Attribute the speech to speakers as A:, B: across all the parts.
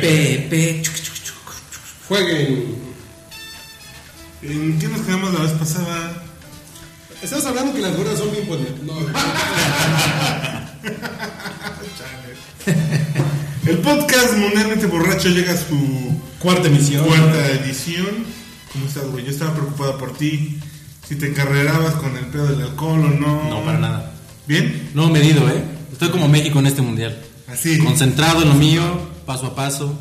A: Pepe.
B: Jueguen.
C: ¿En Eh, qué nos quedamos la vez pasada?
B: Estamos hablando que las gordas son bien poderosas. No,
C: El podcast mundialmente borracho llega a su
B: cuarta emisión.
C: cuarta edición. ¿Cómo estás, güey? Yo estaba preocupada por ti. Si te encarrerabas con el pedo del alcohol o no.
A: No, para nada.
C: ¿Bien?
A: No medido, ¿eh? Estoy como México en este mundial.
C: Así.
A: Concentrado en lo mío, paso a paso,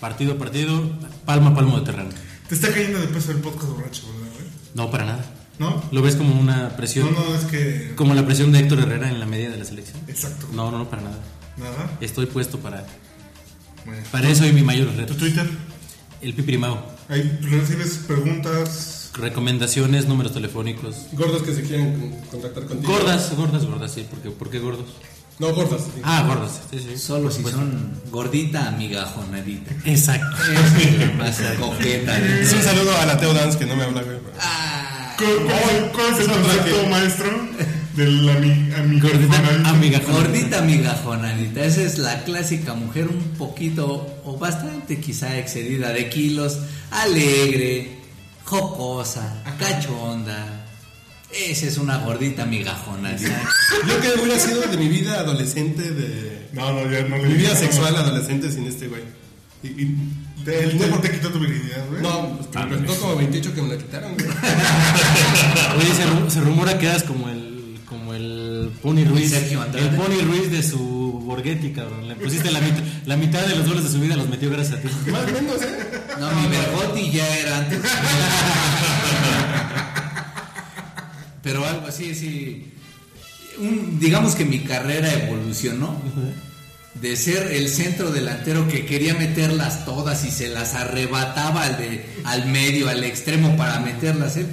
A: partido a partido, palmo a palmo de terreno.
C: Te está cayendo de peso el podcast borracho, ¿verdad, güey?
A: No, para nada.
C: ¿No?
A: ¿Lo ves como una
C: No,
A: presión?
C: no, es que.
A: Como la presión de Héctor Herrera en la media de la selección.
C: Exacto.
A: No, no, no, para nada.
C: Nada.
A: Estoy puesto para,
C: Bueno.
A: para eso y mi mayor
C: ¿Tu
A: reto.
C: Twitter?
A: El pipirimao.
C: Ahí recibes preguntas.
A: Recomendaciones, números telefónicos.
B: Gordos que se quieran con- contactar contigo.
A: Gordas, gordas, gordas, sí. Porque, ¿Por qué gordos?
B: No, gordas. sí.
A: Ah, gordas, sí, sí.
D: Solo
A: por
D: si
A: supuesto.
D: son gordita, amigajonadita.
A: Exacto.
D: Más coqueta.
B: Es un saludo a la Teo Dance que no me habla, güey.
D: Ah,
C: ¿Cuál, cuál- cuál es el concepto, maestro? Del ami, ami,
A: Gordita, amiga.
D: Gordita, amigajonadita. Esa es la clásica mujer un poquito o bastante quizá excedida de kilos, alegre, jocosa, cachonda. Esa es una gordita amigajonadita.
B: Yo que hubiera sido de mi vida adolescente, de.
C: No, no, ya no le
B: Mi vida
C: no,
B: sexual adolescente sin este güey.
C: Y, y te, el tiempo te quitó tu virginidad, güey.
B: No, pues, que me costó como 28 que me la quitaron, güey.
A: Oye, se, ru- se rumora que eras como el, como el Pony Ruiz.
D: Sergio Andrade.
A: el Pony Ruiz de su Borghetti, cabrón. Le pusiste la, mitad la mitad de los goles de su vida, los metió gracias a ti.
B: Más o menos, ¿eh?
D: No, mi vergoti ya era antes. Pero algo así, sí. Un- digamos que mi carrera evolucionó de ser el centro delantero que quería meterlas todas y se las arrebataba al, de, al medio, al extremo para meterlas él,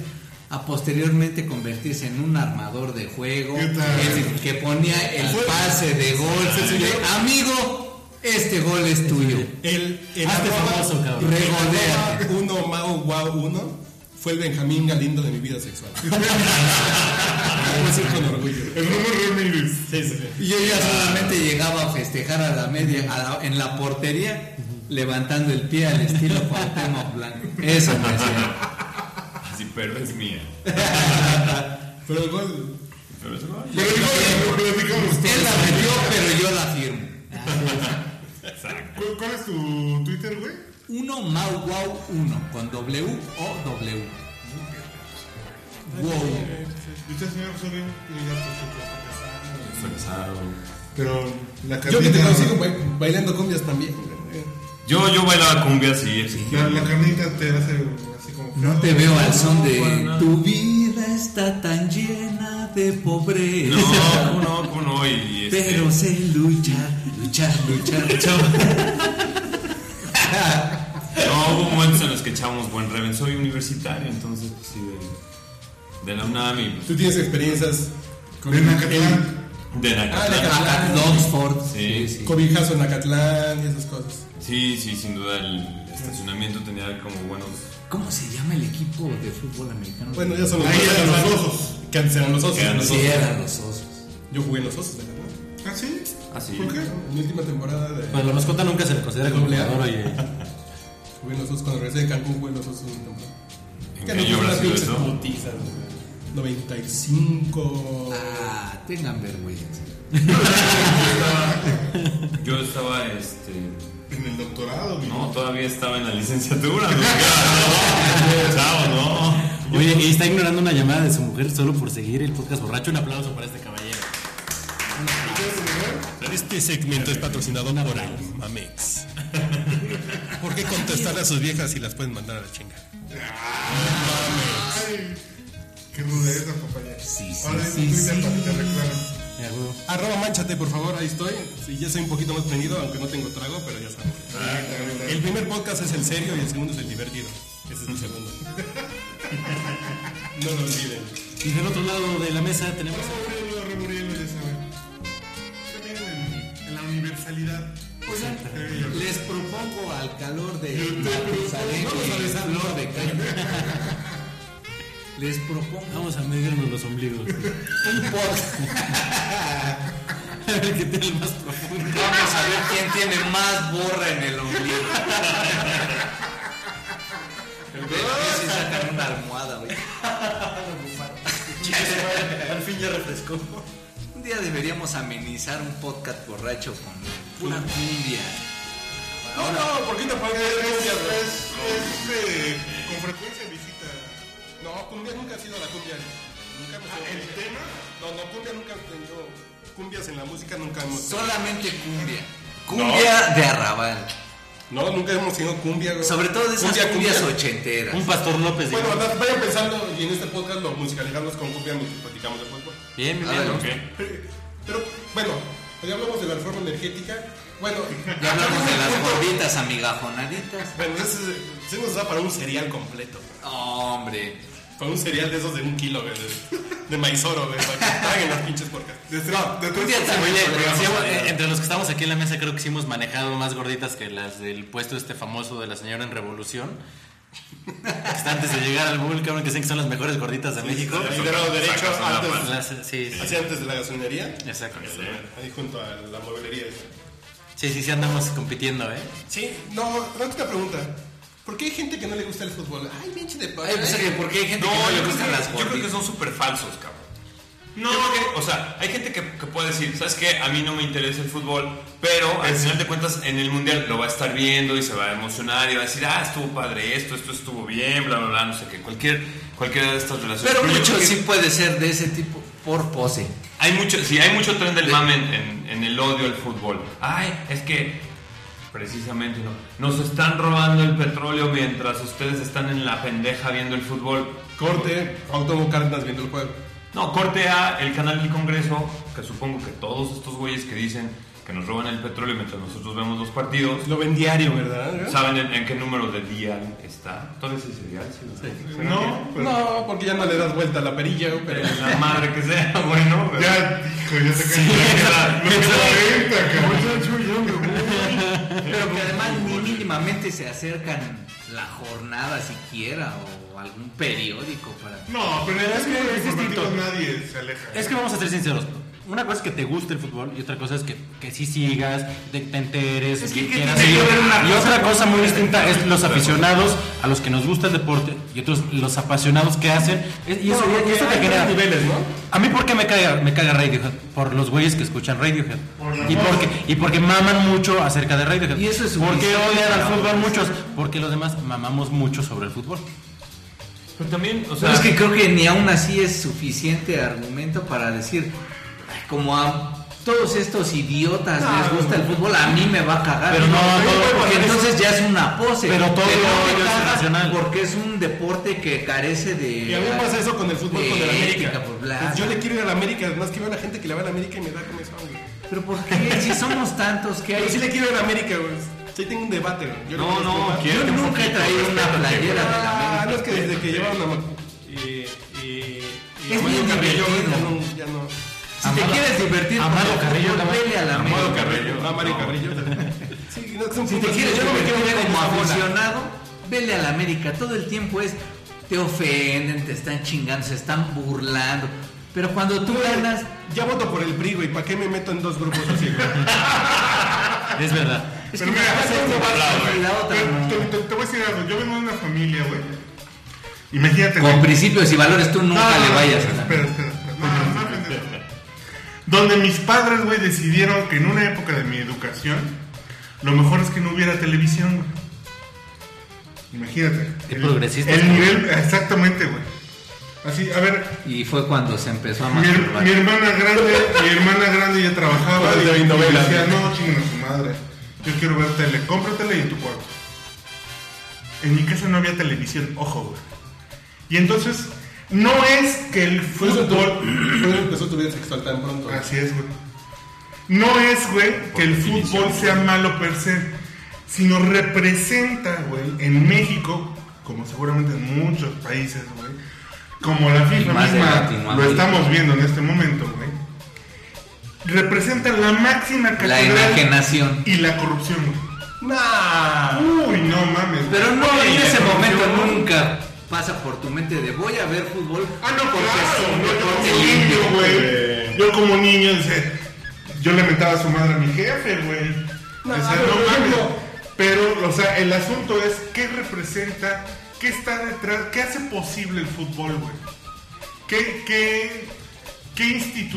D: a posteriormente convertirse en un armador de juego,
C: ¿Qué tal?
D: el que ponía el pase de gol. de, Amigo, este gol es tuyo.
B: El, el
A: Hazte
B: arroba-
A: famoso, cabrón.
B: Regodea. Uno, Mau, Wow, uno. Fue el Benjamín Galindo de mi vida sexual. Puedo decir con orgullo.
C: El Romo Ramírez.
D: Y yo ya solamente llegaba a festejar a la media, a la- en la portería, levantando el pie al estilo Cuauhtémoc Blanco. Eso me hacía.
E: Así, pero es mía.
B: Pero el gol.
E: Pero es no,
C: Pero digo, lo platicamos
D: Él la metió, pero yo la firmo.
E: Exacto.
C: ¿Cuál, cuál es tu Twitter, güey?
D: Uno Mau Wow 1 con W o W. Wow.
C: Y usted, señor Osorio, que ya, pues, que está casado.
E: Fue casado.
C: Pero la carnita.
B: Yo que te consigo ba- bailando cumbias también. güey.
E: Yo, yo bailaba cumbias y existía.
C: la, la carnita te hace así como.
D: No te veo al son de tu vida está tan llena de pobreza.
E: No, cómo no, cómo no. Y, y este,
D: Pero sé luchar, luchar, luchar, luchar.
E: No, hubo momentos en los que echábamos buen reven. Soy universitario, entonces, pues sí, de, de la UNAM y pues,
B: Tú tienes experiencias con
C: De Nacatlán.
E: de la
B: Ah, de Nacatlán.
D: Oxford.
E: Sí.
B: Cobijazo en Acatlán y esas cosas.
E: Sí, sí, sin duda el estacionamiento tenía como buenos.
D: ¿Cómo se llama el equipo de fútbol americano?
B: Bueno, ya son los,
C: Ahí
B: eran
C: eran
B: los
C: los
B: osos. Que antes eran los osos.
E: Eran
B: los
D: sí,
B: osos.
F: eh.
D: eran los osos.
B: Yo jugué en los osos de Acatlán.
C: ¿Ah, sí?
E: Ah, sí.
C: ¿Por qué?
B: En mi última temporada de.
A: Pero la mascota nunca se le considera como
B: Doble A.
A: jugador, oye.
B: Jugué en los osos. Cuando regresé de Cancún, jugué en los osos. en mi temporada. Que
E: ¿En qué
B: nos
E: año
B: dio
E: habrá
B: unas
E: sido
B: pinches
E: eso?
B: putizas, güey. 95.
D: Ah, tengan vergüenza.
E: Yo estaba, este.
C: En el doctorado, güey.
E: No, todavía estaba en la licenciatura. ¿no? Claro, no. Chao, no.
A: Oye, y está ignorando una llamada de su mujer solo por seguir el podcast borracho. Un aplauso para este caballero.
F: Este segmento es patrocinado por Almamex. ¿Por qué contestarle a sus viejas si las pueden mandar a la chinga?
C: Ay, qué rudeza, compañero.
D: Sí, sí,
C: Ahora
D: sí,
C: en Twitter
D: sí.
C: para que te recuerden.
A: Ya, huevo.
B: Arroba manchate, por favor, ahí estoy. Sí, ya soy un poquito más prendido, aunque no tengo trago, pero ya sabemos. El primer podcast es el serio y el segundo es el divertido. Ese es mi segundo. No lo olviden.
A: Y del otro lado de la mesa tenemos.
C: Remurielo, remurielo, ya saben. También en, en la universalidad. Eh,
D: Les propongo al calor de Matusalén y el flor de caña. Les propongo
A: Vamos a medirnos los ombligos.
D: un podcast.
A: A ver qué tiene el más profundo.
D: Vamos a ver quién tiene más borra en el ombligo. El bebé sí sacan una almohada, güey.
G: Al fin ya refrescó.
D: Un día deberíamos amenizar un podcast borracho con pura cumbia.
C: No, no, ¿por qué te pones? Es, es, es, eh, con frecuencia visita.
B: No, cumbia nunca ha sido la cumbia. Nunca hemos sido
C: Ah, ¿El
B: cumbia.
C: tema?
B: No, no, cumbia nunca hemos tenido. Cumbias en la música nunca hemos tenido.
D: Solamente cumbia. Cumbia de arrabal.
B: No, nunca hemos tenido cumbia. güey.
D: Sobre todo de esas
B: Cumbia,
D: cumbias
B: cumbia.
D: ochenteras.
A: Un pastor López.
B: Bueno,
A: digamos.
B: andad- vayan pensando y en este podcast lo musicalizamos con cumbia mientras platicamos de fútbol.
A: bien, bien,
D: A ver,
A: bien.
E: Ok.
B: Pero bueno, ya hablamos de la reforma energética. Bueno,
D: Ya hablamos de las gorditas amigajonaditas.
B: Bueno, ese se nos da para un cereal completo.
D: Hombre.
B: Para un cereal de esos de un kilo, güey, De, de maizoro, güey. Para que traguen las pinches porcas.
C: De tres, de tres
D: Un día también
A: Oye,
D: le
A: pero sí,
D: programa.
A: eh, entre los que estamos aquí en la mesa creo que sí hemos manejado más gorditas que las del puesto este famoso de la señora en Revolución. Que está antes de llegar al bull, cabrón, que dicen que son las mejores gorditas de México.
B: El Lidero derecho,
E: Sacas una
B: antes,
A: Las- Pues sí, sí,
B: hacia antes de la gasolinería.
A: exacto.
B: Ahí junto a la mueblería. esa.
A: Sí, sí, sí andamos compitiendo, ¿eh?
B: Sí, no, tengo una pregunta. ¿Por qué hay gente que no le gusta el fútbol? Ay, pinche de
D: Ay, pues, oye, ¿por qué hay gente
E: No,
D: que no
E: yo,
D: le
E: creo
D: gustan
E: que,
D: las
E: yo creo que
D: gorditas?
E: son súper falsos, cabrón. No, o sea, hay gente que, que puede decir, ¿sabes qué? A mí no me interesa el fútbol, pero al final de cuentas en el mundial lo va a estar viendo y se va a emocionar y va a decir, ah, estuvo padre esto, esto estuvo bien, bla, bla, bla, no sé qué. Cualquier, cualquiera de estas relaciones.
D: Pero
E: yo
D: mucho
E: creo que
D: sí puede ser de ese tipo por pose.
E: Hay mucho, sí, hay mucho tren del mame en, en- en el odio al fútbol. Ay, es que precisamente no. Nos están robando el petróleo mientras ustedes están en la pendeja viendo el fútbol.
B: Corte, Autónomo Cárdenas viendo el juego.
E: No, corte a el canal del Congreso, que supongo que todos estos güeyes que dicen que nos roban el petróleo mientras nosotros vemos los partidos,
B: Lo ven diario, ¿verdad?
E: saben en, en qué número de día está. Entonces es ideal, sí, ¿verdad?
C: No, pero
B: No, porque ya no le das vuelta a la perilla, güey, pero...
E: La madre que sea, bueno. pero-
C: ya, hijo, ya se cae.
E: ¿verdad?
C: Me quedé 40, cabrón.
D: Pero que además ni mínimamente se acercan la jornada siquiera o algún periódico para...
C: No, pero es que
A: Es
C: en
A: distinto.
C: informativos nadie se aleja.
A: Es que vamos a ser sinceros. Una cosa es que te guste el fútbol y otra cosa es que, que sí sigas, te, te enteres,
D: Es
A: que
D: que, ¿qué
A: quieras
D: tiene que
A: seguir.
D: ver una
A: Y
D: cosa
A: otra
D: con
A: cosa muy
D: otra?
A: distinta es los aficionados a los que nos gusta el deporte y otros los apasionados que hacen. Es- Y eso, y eso te genera. A mí, ¿por qué me caga, me caga Radiohead? Por los güeyes que escuchan Radiohead. y, porque, y porque maman mucho acerca de Radiohead.
D: Y eso es
A: ¿Por qué
D: suficiente,
A: odian al
D: ¿no?
A: fútbol muchos? Porque los demás mamamos mucho sobre el fútbol.
E: Pero también, o sea,
D: Pero es que creo que ni aún así es suficiente argumento para decir, "Ay, como a todos estos idiotas les gusta el fútbol, a mí me va a cagar.
A: Pero no,
D: Porque
A: todo-
D: porque entonces ya es una pose.
A: Pero todo
D: Que no
A: lo
D: me
A: odio es
D: caga
A: irracional.
D: Porque es un deporte que carece de...
B: Y a mí me pasa eso con el fútbol,
D: de
B: con el América.
D: ética, pues, bla,
B: Pues yo
D: bla.
B: le quiero ir a la América, más que veo a la gente que le va a la América y me da comezón, güey.
D: Pero ¿por qué? Si somos tantos que
B: Pero
D: hay...
B: sí le quiero ir a la América, güey. Sí tengo un debate, güey. Yo le
E: No,
B: quiero
E: no,
B: este debate.
E: quiero
D: Yo
E: un
D: nunca he
E: poquito,
D: traído una
E: respétate,
D: playera de la
B: Ah, no,
D: América.
B: es que desde que llevaron a... Ma- Y, y, y
D: Es
B: Amado
D: bien
B: Carrillo,
D: divertido.
B: ya no... Ya no.
D: Si te quieres divertir,
A: Amado
D: con el
A: Carrillo,
D: fútbol,
A: Amado-
D: vele a la
E: Amado
D: América.
E: Carrillo.
B: Ah, Mario
E: no.
B: Carrillo. Sí, no, es un
D: Si te
B: punto.
D: quieres
B: Yo no me quiero
D: divertir
B: ver en
D: como
B: esa bola.
D: aficionado, vele a la América. Todo el tiempo es, te ofenden, te están chingando, se están burlando. Pero cuando tú ganas,
B: Ya voto por el PRI, güey. ¿Para qué me meto en dos grupos así, güey?
A: Es verdad.
D: es
C: Pero
D: que
C: mira,
D: una cosa
C: eso
D: es
C: es
D: una
C: doblado,
D: cosa y la otra no.
C: Te, te- te voy a decir algo, yo vengo de una familia, güey. Imagínate.
D: Con
C: güey.
D: principios y valores tú nunca
C: eh, No,
D: le vayas.
C: Espera, espera, espera. No, no, no, pendejo. Donde mis padres, güey, decidieron que en una época de mi educación, lo mejor es que no hubiera televisión, güey. Imagínate.
A: Qué
C: El-
A: progresistas,
C: El
A: ¿no?
C: nivel, exactamente, güey. Así, a ver,
D: Y fue cuando se empezó a
C: mi, her-
D: masturbar.
C: mi hermana grande, mi hermana grande ya trabajaba
B: Por el
C: y,
B: de
C: y
B: novela.
C: decía, no, chinguen a su madre. Yo quiero ver tele, cómpratela y en tu cuarto. En mi casa no había televisión, ojo, güey. Y entonces, no es que el
B: Por eso, tu,
C: fútbol.
B: por eso empezó tu vida sexual tan pronto. güey.
C: Así es, güey. No es, güey, que el fútbol sea malo per se, sino representa, güey, en México, como seguramente en muchos países, güey, como la
D: Y
C: FIFA
D: más de
C: misma lo
D: Latinoamérica.
C: estamos viendo en este momento, güey, representa la máxima
D: La
C: catedral
D: enajenación.
C: y la corrupción, güey.
B: Nah.
C: Uy, no mames. güey.
D: Pero no, en ese
C: no,
D: momento
C: yo-
D: nunca pasa por tu mente de voy a ver fútbol.
C: Ah, no,
A: pues
D: porque
C: claro,
D: es un
C: yo
D: deporte
C: como niño,
D: limpio.
C: güey. Yo como niño, dice, yo le mentaba a su madre a mi jefe, güey. o sea, no mames. Pero, o sea, el asunto es qué representa, qué está detrás, qué hace posible el fútbol, güey. ¿Qué, qué, qué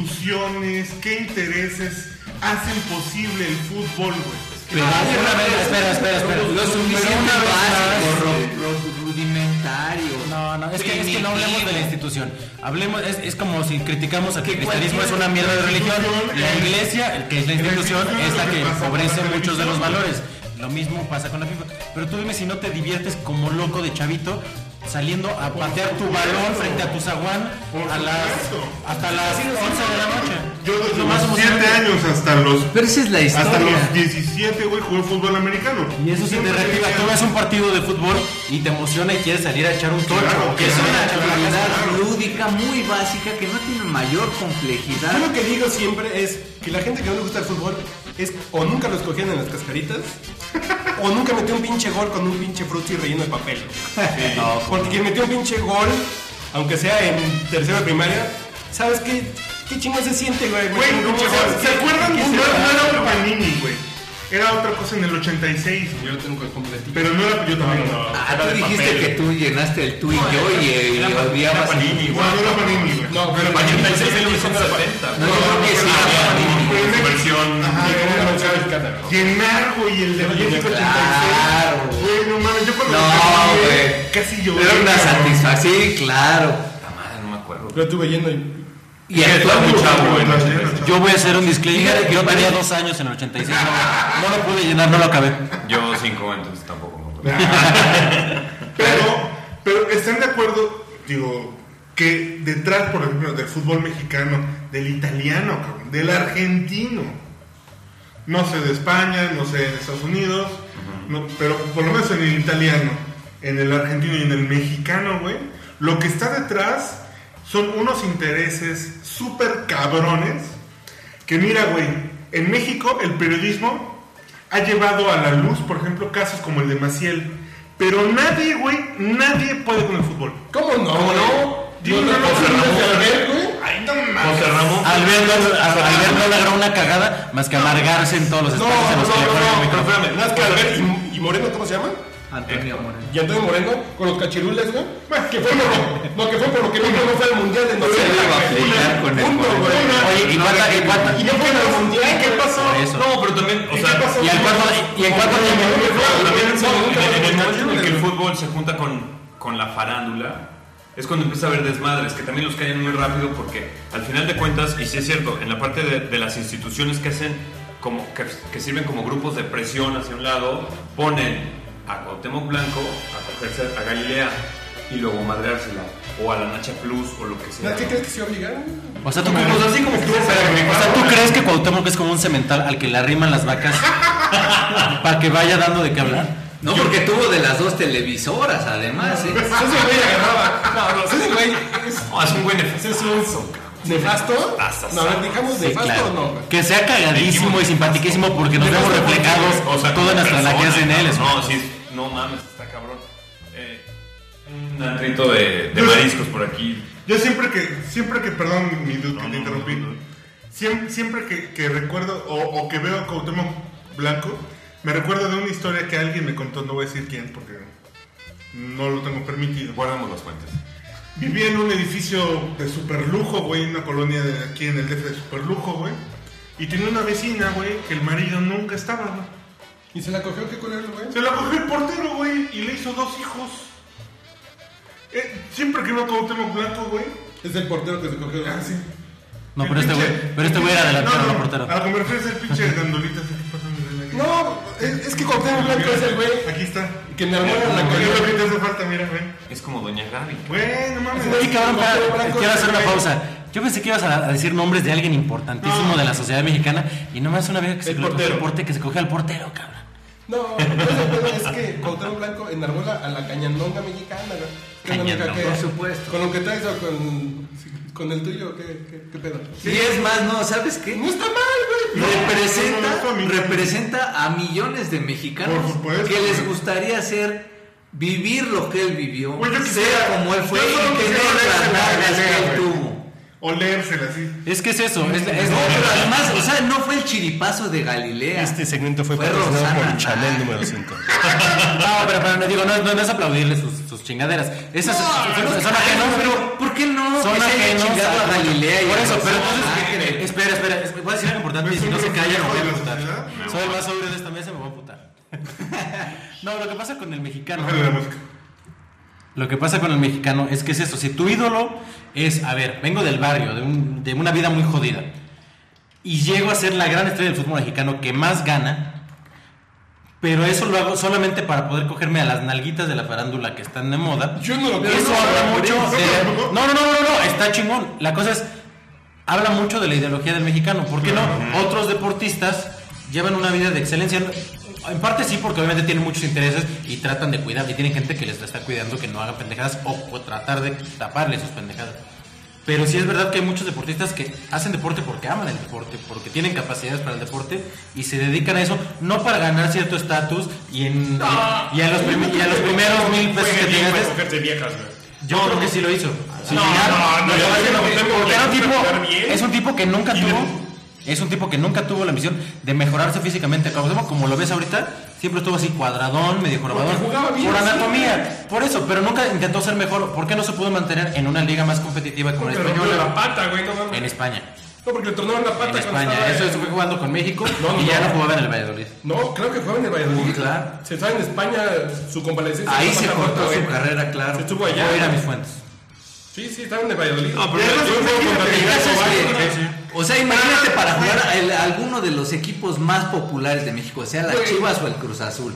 C: instituciones, qué intereses hacen posible el fútbol, güey?
A: Pero una vez, espera, espera, espera.
D: Lo suficiente
A: una vez
D: básico,
A: más.
D: ru- ru- rudimentario.
A: No, no, es que, es que no hablemos de la institución. Hablemos, es, es como si criticamos al
D: Que
A: cristianismo, es
D: cualquier
A: una mierda de religión.
C: institución
A: La
C: es-
A: iglesia, el que es la institución,
C: institución
A: es
C: es
A: la
C: lo que
A: que
C: pasa con
A: empobrece
C: la
A: muchos de los
C: televisión.
A: valores. Lo mismo pasa con la FIFA. Pero tú dime si no te diviertes como loco de chavito saliendo a patear tu balón frente a tu zaguán
C: Por
A: a las,
C: supuesto.
A: hasta las 11 de la noche.
C: Yo
A: Es
C: desde
A: lo más
C: los 7
A: emocionante.
C: años hasta los
D: Pero esa es la historia.
C: Hasta los 17, güey, jugué fútbol americano.
A: Y eso se te
C: Siempre
A: reactiva.
C: decía,
A: Tú ves un partido de fútbol y te emociona y quieres salir a echar un tocho.
C: Claro,
A: que es
C: claro,
A: una
C: claro.
A: chulada.
D: Una lúdica muy básica que no tiene mayor complejidad.
B: Yo lo que digo siempre es que la gente que no le gusta el fútbol es o nunca lo escogieron en las cascaritas o nunca metió un pinche gol con un pinche frutti relleno de papel. Porque quien metió un pinche gol, aunque sea en tercero de primaria, ¿sabes qué? ¿Qué chingón se siente, güey?
C: Güey,
B: Meter un
C: o
B: pinche
C: sea,
B: gol.
C: ¿se acuerdan?
B: ¿Qué
C: No, no
B: será?
C: era un panini, güey. Era otra cosa en el 86, güey.
B: Yo lo tengo completito.
C: Pero no era. Yo también.
D: Ah, tú dijiste que tú llenaste el tú y yo y, eh, y odiabas.
E: Panini, güey.
C: Igual no era panini, güey.
B: No, pero
E: Panini
B: mañana
E: pensé que lo hizo en los 70,
D: No, yo creo que sí
E: Ah,
D: era Panini.
C: Pero era-
E: Versión.
C: Ajá,
B: Llegó
C: era-
B: una manchada del catálogo.
C: Llenar, güey, el de México 86.
D: Claro.
C: Güey, no mames, yo cuando.
D: No,
C: lo saqué,
D: güey.
C: Casi lloré.
D: Era una
C: cabrón.
D: satisfacción, sí, claro.
E: La madre, no me acuerdo.
B: Yo estuve yendo y...
D: Y
E: Estaba muy
D: actualmente
E: chavo, güey.
A: Yo voy a hacer un disclaimer.
D: Fíjate
A: Yo
D: que
A: tenía
D: parece-
A: dos años en el 86. No, no lo pude llenar, no lo acabé.
E: Yo cinco, entonces tampoco me acuerdo.
C: Pero, pero están de acuerdo, digo, que detrás, por ejemplo, del fútbol mexicano, del italiano, cabrón, del argentino, no sé de España, no sé de Estados Unidos, no, pero por lo menos en el italiano, en el argentino y en el mexicano, güey, lo que está detrás son unos intereses súper cabrones que mira, güey, en México el periodismo ha llevado a la luz, por ejemplo, casos como el de Maciel. Pero nadie, güey, nadie puede con el fútbol.
B: ¿Cómo no? ¿Cómo no?
C: Digo, no, no,
B: José
C: no,
B: Ramón
C: no,
B: Ferrer, güey.
C: Ay, no mames.
E: José Ramón.
C: Ah,
A: Alberto, no logró una cagada más que amargarse en todos los
B: No,
A: espacios en
B: no, no,
A: los que le ponen el
B: no,
A: micrófono.
B: espérame. Nada más que Albert y, y Moreno, ¿cómo se llaman?
D: Antonio Moreno.
B: Y Antonio Moreno con los cachirules, güey. Que fue por lo, no, que fue por lo que México no fue al mundial de
D: se iba a
B: Una,
D: pelear con el
B: punto,
D: Moreno.
B: güey.
A: Oye, ¿y cuánta- y cuánta-
B: Y no fue al mundial, ¿qué pasó?
A: Por eso.
E: No, pero también, o
C: ¿Y
E: sea,
C: qué pasó?
A: Y al cuarto, y en cuarto
B: Oye,
E: Pero
B: güey,
E: también
B: no, nunca fue
E: en, en el
B: al
E: momento en el que el
B: mundial.
E: fútbol se junta con, con la farándula, es cuando empieza a haber desmadres, que también los callan muy rápido porque al final de cuentas, y si es cierto, en la parte de, de las instituciones que hacen, como, que, que sirven como grupos de presión hacia un lado, ponen a Cuauhtémoc Blanco a cogerse a Galilea y luego madreársela, o a la Nacha Plus, o lo que sea.
B: ¿Qué crees que se obligaron?
A: O sea, ¿tú,
E: Como- pues así como
A: o
E: que-
A: sea, ¿tú crees que Cuauhtémoc es como un cemental al que le arriman las vacas para que vaya dando de qué hablar?
D: No, porque tuvo de las dos televisoras, además, ¿eh?
B: Ese güey agarraba. No, no, ese güey es,
E: No, es un buen efecto.
B: ese es un nefasto.
E: Hasta
B: No, a ver, digamos
A: Sí,
B: nefasto o no.
A: claro.
B: güey.
A: Que sea cagadísimo y simpaticísimo porque nos vemos
E: Nefasto
A: reflejados
E: porque, o
A: toda
E: sea, como
A: nuestra
E: persona,
A: lajeza en él.
E: No,
A: es-
E: no, sí, es- no mames, está cabrón. Eh, un antrito de, de mariscos por aquí.
C: Yo siempre que, siempre que, perdón, mi dude,
E: No,
C: que te
E: no, no,
C: interrumpí.
E: no, no.
C: Siempre, siempre que, que recuerdo o, o que veo a Cuauhtémoc Blanco, me recuerdo de una historia que alguien me contó, no voy a decir quién porque no lo tengo permitido.
E: Guardamos las fuentes.
C: Vivía en un edificio de superlujo, güey, en una colonia de aquí en el DF de superlujo, güey. Y tenía una vecina, güey, que el marido nunca estaba, güey.
B: Y se la cogió, qué culero, güey.
C: Se la cogió el portero, güey, y le hizo dos hijos. Eh, siempre que iba con un tema blanco, güey.
B: Es el portero que se cogió. Ah, sí.
A: No,
C: el
A: pero este
C: pinche-
A: güey- pero este güey era delantero, no portero.
C: A lo que me refiero es el pinche gandolita. ¿sí? ¿Qué pasa, mi reina?
B: No, es, es que Cuauhtémoc Blanco es el güey
C: Aquí está.
B: que me armó la
C: Aquí es lo que
B: cogió.
C: te hace falta, mira, güey.
E: Es como Doña Gaby.
C: Güey, no mames.
A: Oye, cabrón,
B: Cuauhtémoc
A: para-
B: Blanco
A: quiero
B: es
A: hacer una
B: el güey.
A: pausa. Yo pensé que ibas a, a decir nombres de alguien importantísimo
C: No.
A: de la sociedad mexicana y nomás una vieja que se
B: El
A: le cogió
B: portero.
A: al porte- que se cogió al portero, cabrón.
B: No, no es el pedo, es que Cuauhtémoc Blanco enarmó la- a la cañandonga mexicana, güey. Que es la única
A: Cañandonga,
B: que-
D: por supuesto.
B: Con lo que traes o con, con el tuyo, ¿qué, qué, qué pedo?
D: Y es más, no, ¿sabes qué?
B: No está mal, güey.
D: representa,
C: no, no, no, no, no.
D: representa a millones de mexicanos
C: Por supuesto,
D: que les
C: güey.
D: gustaría hacer vivir lo que él vivió,
C: Güey, yo
D: ser
C: quisiera-
D: como él fue
C: yo solo
D: y tener
C: quisiera
D: las
C: leerse la
D: cargas que
C: idea,
D: él
C: güey.
D: tuvo.
C: olérsela así.
A: Es que es eso. Es, es-
D: No, pero además, o sea, no fue el chiripazo de Galilea.
F: Este segmento fue
D: Fue
F: patrocinado
D: Rosana.
F: por Chanel número 5.
A: Ah. No, pero, pero no, digo, no, no, no es aplaudirle sus, sus chingaderas. Esas son, son, son ajenos, pero.
D: ¿Por qué no?
A: Son
D: Que se haya
A: ajenos
D: chingado a
A: al-
D: Galilea. y
A: Por
D: a
A: eso, pero
D: Rosana.
A: entonces.
D: Ah, que-
A: Espera, espera, es- voy a decir algo importante y si no se callan, me voy a
C: de la
A: emputar.
C: sociedad?
A: Soy el más sobrio de esta mesa, me voy a putar. No, lo que pasa con el mexicano.
C: Bájale la música.
A: Lo que pasa con el mexicano es que es eso. Si tu ídolo es, a ver, vengo del barrio, de, un- de una vida muy jodida, y llego a ser la gran estrella del fútbol mexicano que más gana, pero eso lo hago solamente para poder cogerme a las nalguitas de la farándula que están de moda.
C: Yo no lo creo.
A: Eso
C: No,
A: habla
C: no,
A: mucho
C: no,
A: de-
C: no,
A: No, no, no, no, no, está chingón. La cosa es, habla mucho de la ideología del mexicano. ¿Por qué no? Otros deportistas llevan una vida de excelencia. En parte sí, porque obviamente tienen muchos intereses y tratan de cuidar. Y tienen gente que les está cuidando que no hagan pendejadas o, o tratar de taparle sus pendejadas. Pero sí es verdad que hay muchos deportistas que hacen deporte porque aman el deporte, porque tienen capacidades para el deporte y se dedican a eso, no para ganar cierto estatus y, en- y, y a los prim- y a los primeros mil pesos que
H: Juegue bien
A: tengas
H: para cogerte viejas, güey.
A: yo creo que sí lo hizo. Sí,
H: no,
A: claro.
H: no, no, yo
A: Porque
H: creo que
A: era
H: tengo
A: porque era un
H: que
A: tipo-
H: jugar bien.
A: es un tipo que nunca
H: Y de-
A: tuvo. Es un tipo que nunca tuvo la misión de mejorarse físicamente. Como, como lo ves ahorita, siempre estuvo así cuadradón, medio jorobadón. Por anatomía. Por eso, pero nunca intentó ser mejor. ¿Por qué no se pudo mantener en una liga más competitiva como la
B: Pero rompió la
A: española?
B: pata, güey. No, mames.
A: En España.
B: No, porque le tornaron la pata
A: En
B: cuando
A: España.
B: estaba-
A: Eso, eso fue jugando con México
B: No, no,
A: y ya
B: no.
A: no jugaba en el Valladolid.
B: No, claro que jugaba en el Valladolid.
A: claro.
B: Se estaba en España, su convalecencia.
D: Ahí
B: la
D: se
B: pata
D: cortó
B: corta,
D: su
B: güey.
D: carrera, claro.
B: Se estuvo allá.
A: Voy a ir a mis fuentes.
B: Sí, sí, estaba en el Valladolid.
E: No, pero yo- yo juego contra
D: El caso es que-
E: Sí, sí.
D: O sea, imagínate para jugar a el- alguno de los equipos más populares de México, sea las Chivas o el Cruz Azul.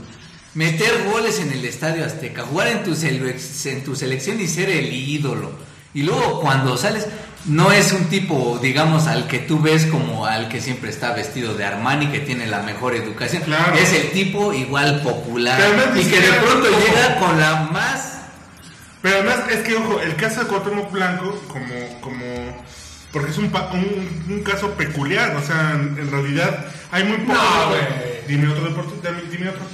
D: Meter goles en el Estadio Azteca, jugar en tu, selec- en tu selección y ser el ídolo. Y luego cuando sales, no es un tipo, digamos, al que tú ves como al que siempre está vestido de Armani, que tiene la mejor educación.
C: Claro.
D: Es el tipo igual popular.
C: Que además ni
D: Y que de
C: siquiera-
D: pronto llega con la más
C: Pero además es que, ojo, el caso de Cuauhtémoc Blanco, como, como, porque es un, pa- un, un caso peculiar, o sea, en, en realidad hay muy pocos...
B: No, güey.
C: Dime otro deporte, dame- dime, otro.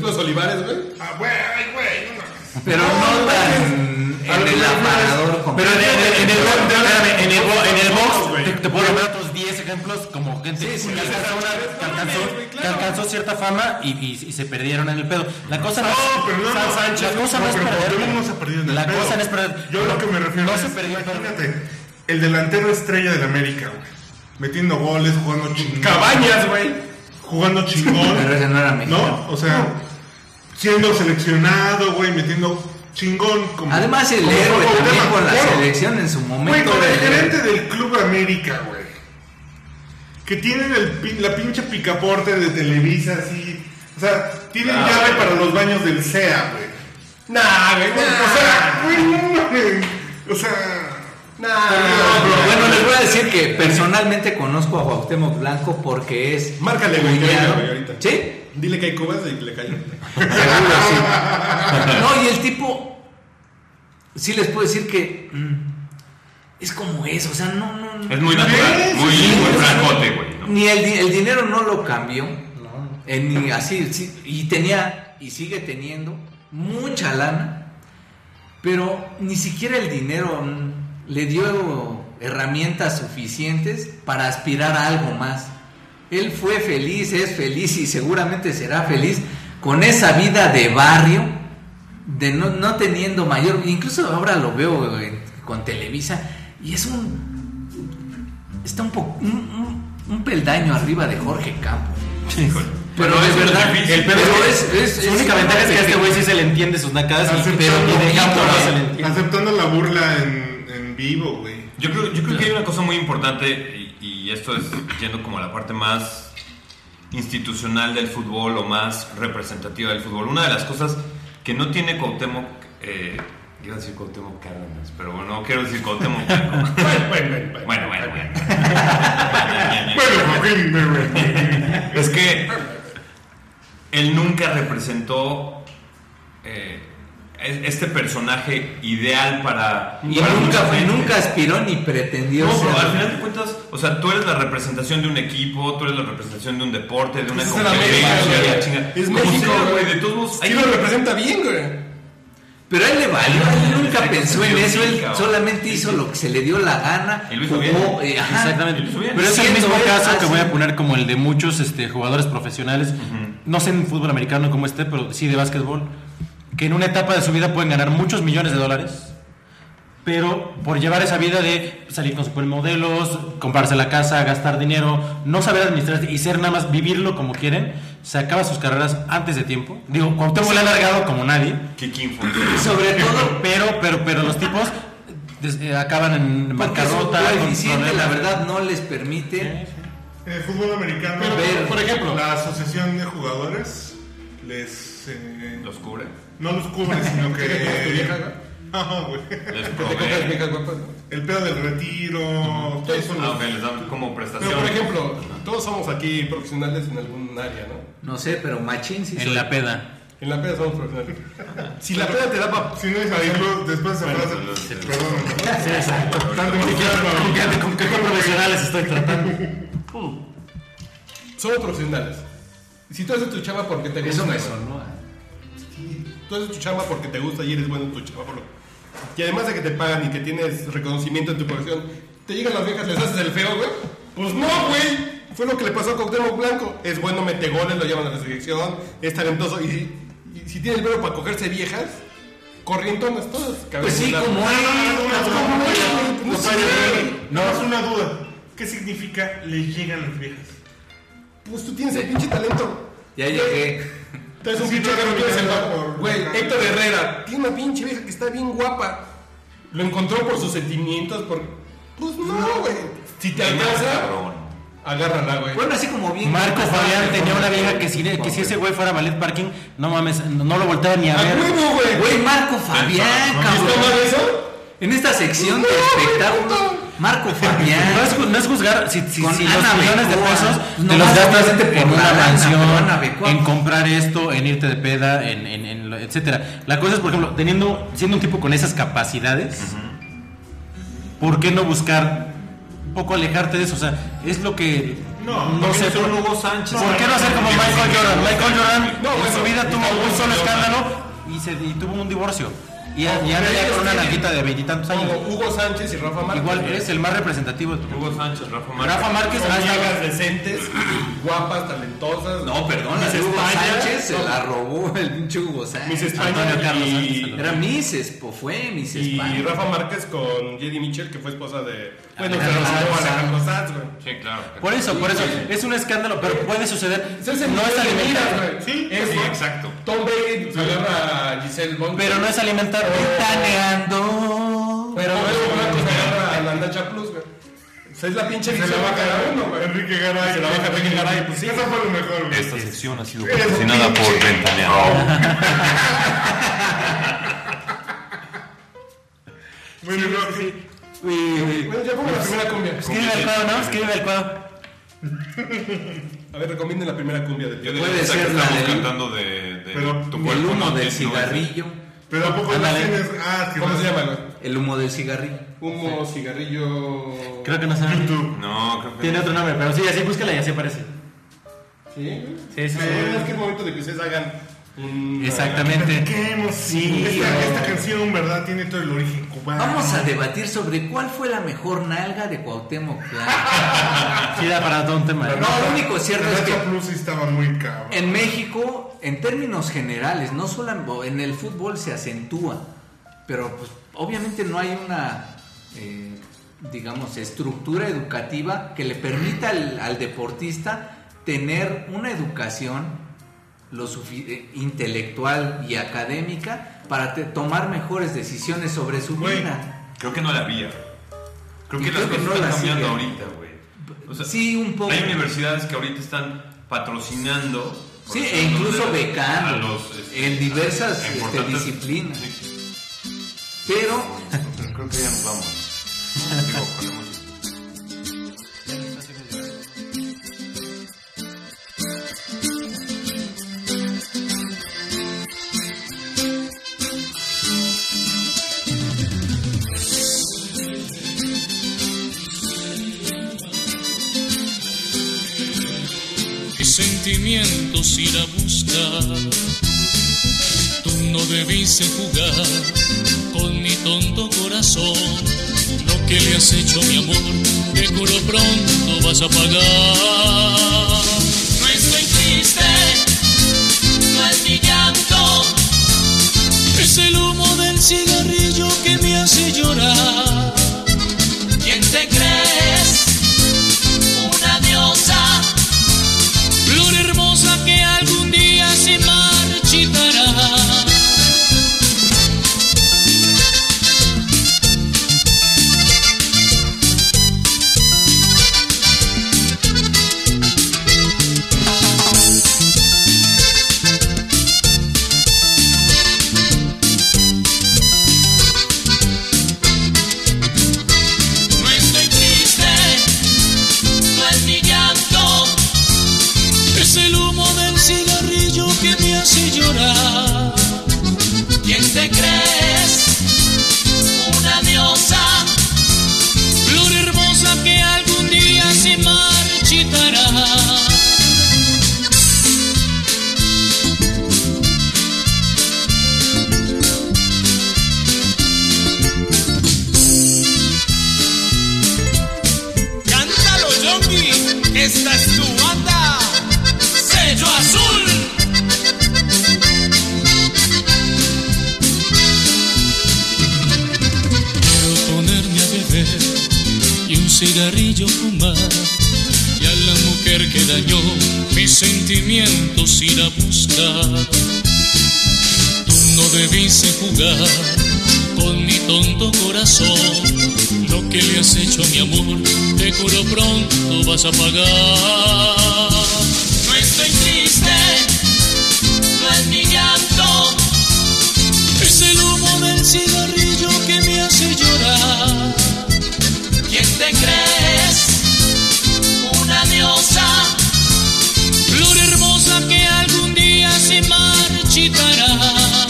B: Los Olivares, güey.
C: Ah, güey, ay, güey, no mames.
D: Pero no tan en el aparador como.
A: Pero en el, en el, bo- espérame, en el, bo- en el
C: No,
A: box
C: güey.
A: te, te puedo nombrar otros 10 ejemplos como gente que, alcanzó una- que alcanzó, que alcanzó cierta fama y, y- y se perdieron en el pedo. La cosa no,
C: No, pero no,
A: San
C: no,
A: Sánchez,
C: no,
A: la cosa no,
C: no,
A: es
C: pero
A: perder.
C: Cuauhtémoc no se ha perdido en el
A: La
C: pedo.
A: cosa no es perder.
C: Yo lo que me refiero
A: no
C: es,
A: se perdió en el pedo.
C: imagínate, el delantero estrella del América, güey, metiendo goles, jugando chingón.
B: Cabañas, güey.
C: Jugando chingón.
D: Pero ese no era mexicano.
C: ¿No? O sea, siendo seleccionado, güey, metiendo chingón. Como,
D: Además, el
C: como
B: Pues
D: héroe
C: Cuauhtémoc,
D: también con la
C: claro.
D: selección en su
C: Güey,
D: momento.
C: con el
D: era el héroe.
C: gerente del Club América, güey. Que tienen el, pin- la pinche picaporte de Televisa, así. O sea, tienen
D: Ah.
C: llave para los baños del CEA, güey.
B: Nah, güey.
C: O sea, güey, no mames. O sea.
B: Nah,
C: no,
B: bro.
D: Bueno, les voy a decir que personalmente conozco a Cuauhtémoc Blanco porque es.
B: Márcale, güey, que
D: cuñado.
B: venga, güey, ahorita.
D: ¿Sí?
B: Dile que hay cubas y le cae.
D: Seguro, sí. No, y el tipo. Sí les puedo decir que. mm, Es como es, o sea, no, no. no.
E: Es muy natural, muy, muy francote, güey. ¿no?
D: Ni el, di- el dinero no lo cambió. Eh, ni así, sí, y tenía, y sigue teniendo mucha lana, pero ni siquiera el dinero mm, le dio herramientas suficientes para aspirar a algo más. Él fue feliz, es feliz y seguramente será feliz con esa vida de barrio, de no, no teniendo mayor, incluso ahora lo veo eh, con Televisa y es un está un, po- un, un- un peldaño arriba de Jorge Campos. Pero
E: Bueno,
D: es
E: eso es
D: verdad,
E: difícil.
D: el pedo
A: Pero
D: es, es,
A: Su única ventaja es que a este güey sí se le entiende sus nacadas y,
C: Aceptando,
A: pero ni de campo no se le entiende.
C: aceptando
D: eh.
C: la burla en, en vivo, güey.
E: Yo creo, yo creo que hay una cosa muy importante, y, y esto es yendo como a la parte más institucional del fútbol o más representativa del fútbol. Una de las cosas que no tiene Cuauhtémoc, eh, iba a decir Cuauhtémoc Cárdenas, pero bueno, no quiero decir Cuauhtémoc Blanco.
B: Bueno, bueno, bueno.
E: Bueno, bueno, bueno.
C: Bueno, güey, güey, güey.
E: Es que él nunca representó eh, es- este personaje ideal para.
D: Y
E: para
D: nunca,
E: mucha
D: fue-
E: gente.
D: nunca aspiró ni pretendió
E: No, pero al
D: ser.
E: final de cuentas, o sea, tú eres la representación de un equipo, tú eres la representación de un deporte, de una
B: Pues es el
E: competencia,
B: América,
E: de la
B: güey.
E: chinga.
B: Es
E: Como
B: México,
E: sea,
B: güey.
E: güey, de todos modos,
B: Sí
E: hay
B: lo
E: que-
B: representa bien, güey.
D: Pero a él le valió, a él nunca nunca
A: Este
D: pensó en eso, él
E: Biopica, o-
D: solamente hizo lo que se le dio la gana.
E: Y lo hizo
D: jugó,
E: bien.
D: eh, ajá.
A: Exactamente.
E: Bien.
A: Pero es el
D: Siendo
A: mismo
D: él,
A: caso que
D: ah,
A: voy
D: sí.
A: a poner como el de muchos este, jugadores profesionales, no sé en fútbol americano como este, pero sí de básquetbol, que en una etapa de su vida pueden ganar muchos millones de dólares, pero por llevar esa vida de salir con supermodelos, comprarse la casa, gastar dinero, no saber administrar y ser nada más vivirlo como quieren, se acaba sus carreras antes de tiempo. Digo, Cuauhtémoc le ha alargado como nadie,
E: Kikín
D: Sobre todo
A: pero, pero, pero los tipos des- eh, acaban en
D: porque su
A: bancarrota, con
D: coeficiente, la
A: problemas.
D: verdad, no les permite.
C: En el fútbol americano,
D: Pero,
C: por ejemplo, la asociación de jugadores les. eh,
E: Los cubre.
C: no los cubre, sino que. Ajá, güey.
E: Les
B: Te compras
E: provee.
B: becas guapas, ¿no?
C: El pedo del retiro. todo eso
E: Ah,
C: los-
E: ok, les dan como prestación.
B: Pero por ejemplo, todos somos aquí profesionales en algún área, ¿no?
D: No sé, pero Machín sí
A: en
D: soy.
A: la peda.
B: En la peda somos profesionales. Si la peda te da para
C: Si no es ahí, luego después se frase. Perdón, ¿no?
A: Sí, exacto. ¿Con qué, con qué profesionales estoy tratando?
B: Somos profesionales. Si tú haces tu chamba porque te gusta.
D: Eso me
B: güey.
D: sonó. ah.
B: Tú haces tu chamba porque te gusta y eres bueno en tu chamba. por lo- Y además de que te pagan y que tienes reconocimiento en tu profesión, te llegan las viejas, les haces el feo, güey. Pues no, güey. Fue lo que le pasó a Cuauhtémoc Blanco. Es bueno, mete goles, lo llaman a la selección, es talentoso. Y, si- y si tiene el verbo para cogerse viejas, corrientonas todas.
D: Pues sí,
B: cabezudas.
D: como él.
C: Una duda,
B: ¿Cómo
C: güey.
B: es, güey?
C: No,
B: No
C: padre,
B: sé.
C: güey. Nada más una duda. ¿Qué significa le llegan las viejas?
B: Pues tú tienes el pinche talento.
D: Ya llegué.
B: Entonces un
C: Sí,
B: pinche
C: no,
B: que
C: no,
B: no tienes
C: no,
B: el
C: no,
B: vato.
C: no,
B: Güey,
C: no, no.
B: Héctor Herrera tiene una pinche vieja que está bien guapa. Lo encontró por sus sentimientos, por. Pues no, güey. Si te alcanza,
E: Cabrón.
B: agárrala, güey.
D: Bueno, así como bien.
A: Marco Fabián tenía una vieja que si, que si ese güey fuera ballet parking, no mames, no lo volteaba ni a
B: A
A: ver.
B: huevo, güey.
D: Ah, Güey, Marco Fabián, cabrón.
A: Este
B: ¿Está mal eso?
D: En esta sección de
B: No,
D: espectáculos,
B: puto.
D: Marco
A: No
D: Fabián.
A: es, ju- no es juzgar si, si,
D: Con
A: si los
D: Ana
A: millones de
D: Bengoa.
A: pesos
D: No
A: te los
D: más
A: gastas
D: obviamente por
A: en
D: la
A: una
D: lana, pero
A: mansión,
D: Ana Bengoa.
A: en comprar esto, en irte de peda, en, en, en lo- etcétera. La cosa es, por ejemplo, teniendo, siendo un tipo con esas capacidades, ¿por qué no buscar un poco alejarte de eso? O sea, es lo que
C: No,
A: no sé.
E: Son
A: por-
E: Hugo Sánchez.
A: ¿Por qué no hacer como Michael Jordan? Michael Jordan
B: No,
A: en su
B: bueno,
A: vida tuvo un solo escándalo y, se, y tuvo un divorcio. Y, a- y anda ya con una nalguita de veintitantos años.
B: Como Hugo Sánchez y Rafa Márquez.
A: Igual eres el más representativo de tu
E: Hugo Sánchez, Rafa Márquez.
A: Rafa Márquez
B: Son viejas
A: hasta
B: decentes, guapas, talentosas.
D: No, perdón, la de Hugo Sánchez se la robó el pinche Hugo
B: Mis
D: Sánchez.
A: Antonio
B: España
A: Carlos Sánchez,
B: y,
A: saludos.
D: Era Mises, po, fue Mises
B: y
D: España.
B: Rafa Márquez con Jenny Mitchell, que fue esposa de. Bueno, que
D: Alejandro
B: rozó a
D: Sanz.
B: Alejandro Sanz, güey.
E: Sí, claro.
A: Por eso, por eso. Es un escándalo, pero puede suceder.
B: Ese es el
A: No es
B: nivel de vida,
A: alimentar.
B: güey.
C: Sí,
B: Es-
E: Sí, exacto.
B: Tom Brady se agarra a Giselle Bond.
A: Pero no es alimentar.
D: Taneando.
B: Pero no se agarra a la Nacha Plus, güey. O sea, es la pinche
C: Se la
B: visión
C: va a
B: de
C: cagar
B: cada
C: uno, güey. Enrique Garay.
B: Se la baja Enrique Garay, pues sí.
C: Eso fue lo mejor, güey.
E: Esta sección ha sido
C: Eres un
E: patrocinada por
C: pinche-
E: Ventaneando.
C: Bueno, no,
B: Bueno, ya pongo la primera cumbia.
A: Escribe el cuadro, ¿no? Escribe el cuadro.
B: A ver, recomienden la primera cumbia de
E: Yo
B: Piola.
E: diría
D: Puede
E: que esa que
D: ser la
E: estamos
D: del-
E: cantando de, de
C: Pero
E: tu
D: El
E: cuerpo,
D: humo
E: ¿no?
D: del
E: Sí, no,
D: cigarrillo.
C: Pero ¿a poco no
A: Ándale.
C: tienes. Ah, es que
B: ¿Cómo
C: no-
B: se llama, güey?
D: El humo del cigarrillo.
B: Humo, cigarrillo.
A: Creo que no sabe.
C: YouTube.
E: No, creo que
A: Tiene otro nombre, pero sí, así búscala y así aparece.
B: Sí, güey.
A: Sí, sí, sí.
B: Es que es momento de que ustedes hagan un.
A: Exactamente.
C: Qué emoción. Esta, esta canción, ¿verdad? Tiene todo el origen
A: Ah.
C: cubano.
D: Vamos a debatir sobre cuál fue la mejor nalga de Cuauhtémoc Blanco.
A: Sí, da para todo un tema. ¿eh?
D: No, lo único cierto es
C: La
D: que Eh.
C: Nacha Plus sí estaba muy cabrón.
D: en México, en términos generales, no solo en, en el fútbol se acentúa, pero pues obviamente no hay una, eh, digamos, estructura educativa que le permita al, al deportista tener una educación lo sufi- eh, intelectual y académica para te- tomar mejores decisiones sobre su
C: Güey,
D: vida.
E: Creo que no la había. Creo
D: Y
E: que las
D: creo que
E: cosas
D: no
E: están
D: la
E: cambiando
D: siguen.
E: ahorita, güey. O sea,
D: sí, un poco.
E: Hay universidades que ahorita están patrocinando. por
D: Sí,
E: ejemplo,
D: e incluso
E: de-
D: becando
E: a los, este,
D: en diversas
E: a-
D: este,
E: importantes-
D: disciplinas.
E: Sí,
D: Pero
E: creo que ya nos vamos. Digo, ponemos-
H: qué sentimientos ir a buscar. Tú no debiste jugar con mi tontería. que le has hecho mi amor, te juro pronto vas a pagar. No estoy triste, no es mi llanto, es el humo del cigarrillo que me hace llorar. ¿Quién te crees? Una diosa, flor hermosa que algún día se marchitará. No estoy triste, no es mi llanto, es el humo del cigarrillo que me hace llorar. ¿Quién te crees? Una diosa, flor hermosa que algún día se marchitará. Cántalo, Yonki. Esta es tu banda. Sello azul. Quiero ponerme a beber y un cigarrillo fumar. Y a la mujer que dañó mis sentimientos ir a buscar. Tú no debiste jugar con mi tonto corazón. Lo que le has hecho a mi amor, te juro pronto vas a pagar. No estoy triste, no es mi llanto, es el humo del cigarrillo que me hace llorar. ¿Quién te crees? Una diosa, flor hermosa que algún día se marchitará.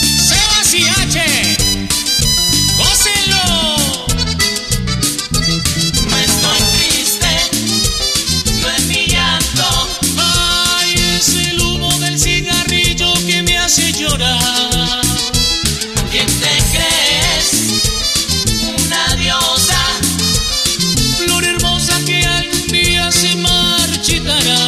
H: Sebas y H. ¡Gócenlo! No estoy triste, no es mi llanto. Ay, es el humo del cigarrillo que me hace llorar. ¿Quién te crees? Una diosa. Flor hermosa que algún día se marchitará.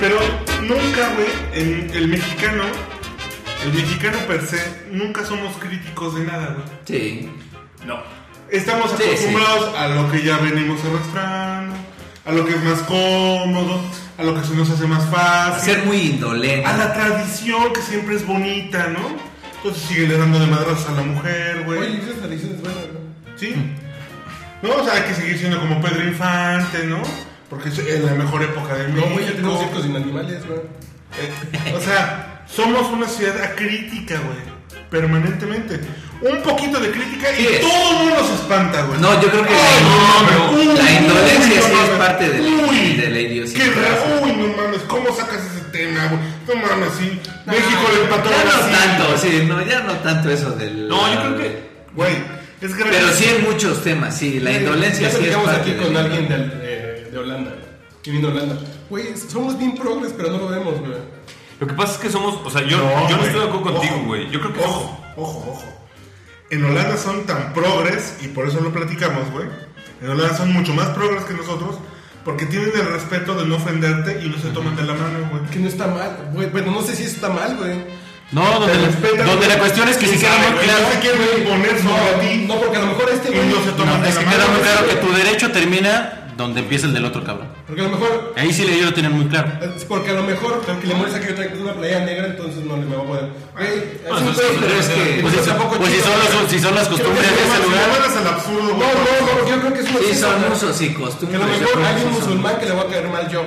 C: Pero nunca, güey, el, el mexicano, el mexicano per se, nunca somos críticos de nada, güey.
D: Sí.
C: Estamos
D: Sí,
C: acostumbrados a lo que ya venimos arrastrando, a lo que es más cómodo, a lo que se nos hace más
D: A
C: fácil,
D: ser muy indolente.
C: a la tradición que siempre es bonita, ¿no? Entonces sigue le dando de madrazos a la mujer,
B: Oye,
C: güey.
B: esas tradiciones buenas, ¿no?
C: ¿Sí? No, o sea, hay que seguir siendo como Pedro Infante, ¿no? Porque es es la mejor época de México.
B: No, güey, ya tenemos circos sin animales, güey.
C: Eh, o sea, somos una ciudad acrítica, güey. Permanentemente. Un poquito de crítica y
D: Sí es.
C: todo el mundo se espanta, güey.
D: No, yo creo que la-
C: Ay,
D: no,
C: mames.
D: la indolencia sí es
C: mames.
D: parte de la-
C: Uy,
D: de la idiosincrasia.
C: qué raro. Uy, no mames, ¿cómo sacas ese tema, güey? No mames, sí. México le empató a
D: Ya no
C: Brasil.
D: tanto, sí, no, ya no tanto eso del.
E: No, yo creo que.
C: Güey, es grave.
D: Pero sí en muchos temas, sí, la indolencia
B: Ya
D: sí es
B: platicamos
D: parte
B: aquí
D: de-
B: con alguien de, eh, de Holanda, que vino de Holanda. Güey, somos bien progres, pero no lo vemos, güey.
E: Lo que pasa es que somos. O sea, yo
C: No,
E: no, yo no
C: güey.
E: estoy de acuerdo contigo,
C: Ojo.
E: güey. Yo creo que. somos-
C: Ojo, ojo, ojo. En Holanda son tan progres, y por eso lo platicamos, güey. En Holanda son mucho más progres que nosotros, porque tienen el respeto de no ofenderte y no se toman de la mano, güey.
B: Que no está mal, güey. Bueno, no sé si eso está mal, güey.
A: No, donde,
C: Te
A: la-
C: respetan,
A: donde la
C: güey.
A: cuestión es que si
C: ¿Quién
A: queda
C: sabe,
A: muy
C: güey?
A: claro.
C: No se quieren imponer sobre ti.
B: No, porque a lo mejor este,
C: Y
B: güey.
C: no se toman
A: No,
C: de
A: es
C: la
A: que
C: mano.
A: queda muy
C: güey.
A: claro que tu derecho termina donde empieza el del otro cabrón.
B: Porque a lo mejor.
A: Ahí sí ellos lo tienen muy claro.
B: es Porque a lo mejor, aunque le molesta que yo traiga una playa negra, entonces no le me va a poder.
A: Ah,
B: Güey, es un
E: entonces,
B: pedo,
E: pero es que-
A: Pues,
B: entonces
A: si-
B: tampoco
A: pues si,
B: chido,
A: son
B: güey.
A: los- si son las costumbres de
C: Si
A: ese
C: te
A: lugar.
C: vuelas al absurdo,
B: No,
C: güey.
B: no, no, yo creo que es una
D: Sí, son
B: excusa,
D: usos y
B: Que a lo
D: costumbres. yo
B: mejor
D: creo
B: hay
D: que
B: un
D: sí son-
B: musulmán que le va a caer mal yo.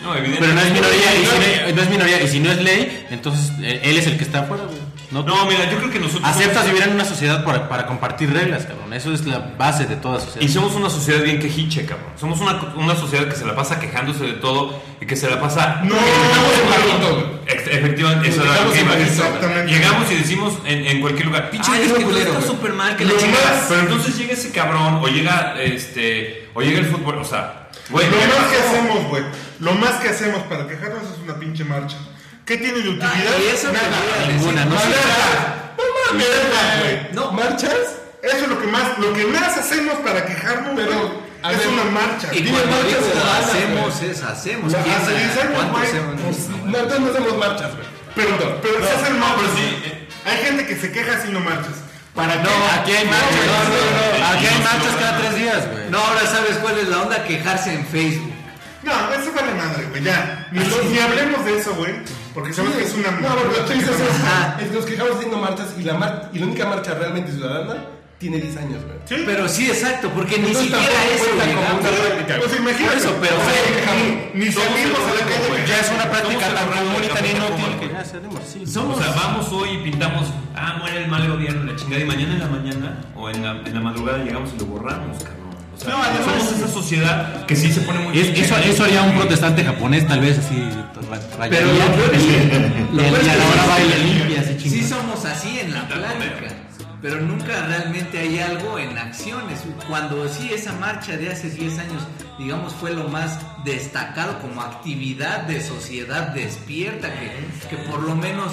E: No,
A: Pero no
E: evidentemente.
A: es minoría, y si no, no es minoría, y si no es ley, entonces eh, él es eh, el que está afuera, güey. No,
E: No, mira, yo creo que nosotros.
A: aceptas
E: somos-
A: vivir en una sociedad para, para compartir reglas, cabrón. Eso es la base de toda sociedad.
E: Y somos una sociedad bien quejiche, cabrón. Somos una, una sociedad que se la pasa quejándose de todo y que se la pasa.
C: No,
E: que estamos en
C: no,
E: Barrito,
C: no.
E: güey. Ex- Efectivamente, eso era lo
C: Estamos
E: que
C: en
E: iba.
C: Barrito, exactamente. Ah,
E: Llegamos y decimos en, en cualquier lugar:
B: Pinche
E: "Ay, es
B: negro
E: que todo
B: culero,
E: está
B: güey".
E: súper mal, que la
C: Lo
E: chingada.
C: más-
E: Pero entonces llega ese cabrón, o llega este. O llega el fútbol, o sea. Güey,
C: Lo
E: ¿qué
C: más que
E: pasó?
C: hacemos, güey. Lo más que hacemos para quejarnos es una pinche marcha. ¿Qué tiene de utilidad?
D: Ay, eso te voy a
C: Nada.
D: decir.
A: Ninguna, no sé.
C: Nada. No mames, güey.
B: No, marchas.
C: Eso es lo que más, lo que más hacemos para quejarnos,
B: Pero,
C: güey,
B: a
C: es
B: ver,
C: una marcha.
D: Y
B: Dime,
D: cuando
B: ¿cuántas
D: digo
B: rebanadas,
D: hacemos es hacemos.
C: La-
D: ¿Quién
C: hace
D: sabe
C: 10 años,
D: cuántos
C: güey,
D: hacemos?
C: pues,
D: No,
B: No, entonces no hacemos marchas, güey.
C: Perdón, pero no, es
E: no,
C: hermano.
E: pero sí, eh.
C: Hay gente que se queja si no marchas. Para
A: No, aquí hay marchas. Aquí hay marchas cada tres días, güey.
D: No, ahora sabes cuál es la onda, quejarse en Facebook.
C: No, eso vale madre, güey, ya. Ni, lo- ni hablemos de eso, güey. Porque sabemos que es una
B: No,
C: marcha.
B: porque lo que dices
D: Ajá.
B: es, es que nos quejamos haciendo marchas y la, mar- y la única marcha realmente ciudadana tiene 10 años, güey.
C: ¿Sí?
D: Pero sí, exacto, porque ni
B: Entonces,
D: siquiera
B: tampoco
D: eso
B: cuenta Pues como
D: llegamos.
B: una
C: Pues imagínate.
D: Por eso, pero
C: o sea,
D: sí,
C: ni, ni salimos a la calle.
A: Ya es una práctica tan común y tan inútil. que-
E: O sea, vamos hoy y pintamos, ah, muere el mal gobierno, la chingada, y mañana en la mañana o en la, en la madrugada llegamos y lo borramos, cabrón. O sea,
C: No, además-
E: somos esa sociedad que sí se pone muy...
A: Es- eso,
E: pinche.
A: eso haría un protestante japonés, tal vez así. ra- rayaría.
D: Pero lo peor es que-
A: Y
D: lo peor es
A: a
D: que
A: la hora
D: sí-
A: baila limpias y
D: Sí
A: chingas.
D: somos así en la plática, pero nunca realmente hay algo en acciones. Cuando sí esa marcha de hace 10 años, digamos, fue lo más destacado como actividad de sociedad despierta, que, que por lo menos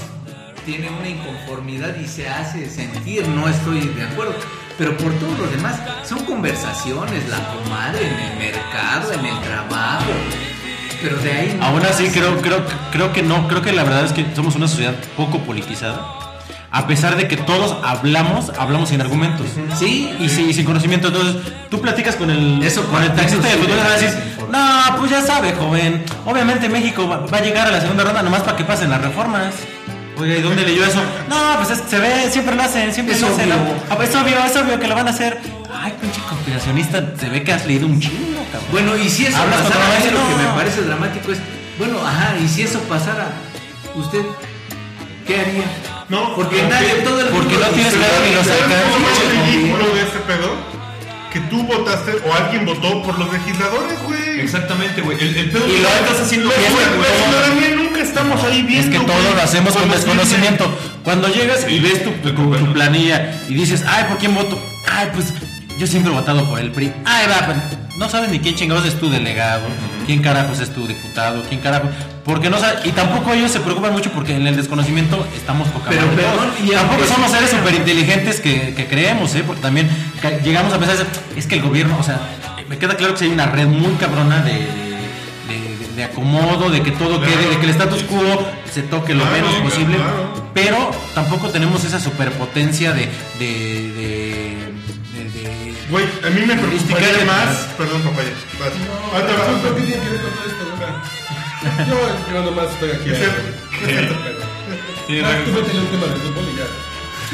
D: tiene una inconformidad y se hace sentir, no estoy de acuerdo. Pero por todo lo demás, son conversaciones, la comadre en el mercado, en el trabajo. Pero de ahí... no
A: Aún así,
D: pasa.
A: creo, creo, creo que no. Creo que la verdad es que somos una sociedad poco politizada. A pesar de que todos hablamos, hablamos sin argumentos.
D: Sí,
A: Y, sin- y sin conocimiento, entonces tú platicas con el,
D: Eso,
A: con el taxista
D: eso
A: de
D: sí,
A: fútbol y vas a
D: sí,
A: decir,
D: sí,
A: no, pues ya sabe, joven, obviamente México va, va a llegar a la segunda ronda nomás para que pasen las reformas. Oiga, ¿y dónde leyó eso? No, pues es que se ve, siempre lo hacen, siempre
D: Es
A: lo hacen.
D: obvio.
A: Ah, pues Es obvio, es obvio que lo van a hacer. Ay, pinche conspiracionista, se ve que has leído un chingo, cabrón.
D: Bueno, y si eso
A: Hablas con
D: pasara,
A: Rafael,
D: a mí lo que
A: no.
D: me parece dramático es, bueno, ajá, y si eso pasara, usted, ¿qué haría?
C: No,
D: porque
C: porque-
D: nadie, todo el
A: porque
D: mundo
A: no tienes
D: se
A: claro
D: va
A: ni
D: a
A: los
D: quedar
C: ¿Sabes
A: alcances.
D: con
C: lo más
D: mucho dinero.
C: ridículo de este pedo? Que tú votaste o alguien votó por los legisladores, güey.
E: Exactamente, güey. El, el pedo
A: Y lo
E: estás haciendo...
A: y es
E: güey,
A: que-
E: güey.
C: Pero todavía nunca estamos ahí
A: Es
C: viendo.
A: que todo
C: güey,
A: lo hacemos con
C: cuando
A: desconocimiento. Cuando llegas y
E: Sí,
A: ves tu, tu- tu- tu planilla y dices, ay, ¿por quién voto? Ay, pues yo siempre he votado por el PRI. Ay, va, pues, no sabes ni quién chingados es tu delegado, quién carajos es tu diputado, quién carajo. Porque no sabes, y tampoco ellos se preocupan mucho porque en el desconocimiento estamos poca
D: Pero,
A: madre.
D: perdón, y
A: tampoco
D: aunque-
A: somos seres súper inteligentes que, que creemos, ¿eh? Porque también ca- llegamos a pensar, es que el gobierno, o sea, me queda claro que sí hay una red muy cabrona de, de- de- de acomodo, de que todo
C: Claro.
A: quede, de que el status quo se toque lo
C: Claro,
A: menos
C: claro,
A: posible,
C: claro.
A: pero tampoco tenemos esa superpotencia de... de, de, de- de-
C: Güey, a mí me preocuparía
A: Investigar.
C: más. Perdón, papaya. vas. Ahorita vas.
B: ¿Qué tiene que ver con todo esto, güey? Yo, yo nomás estoy aquí.
C: Sí.
B: eh,
E: Sí,
B: pero- Ah, Tú
E: güey.
B: métele un tema de fútbol y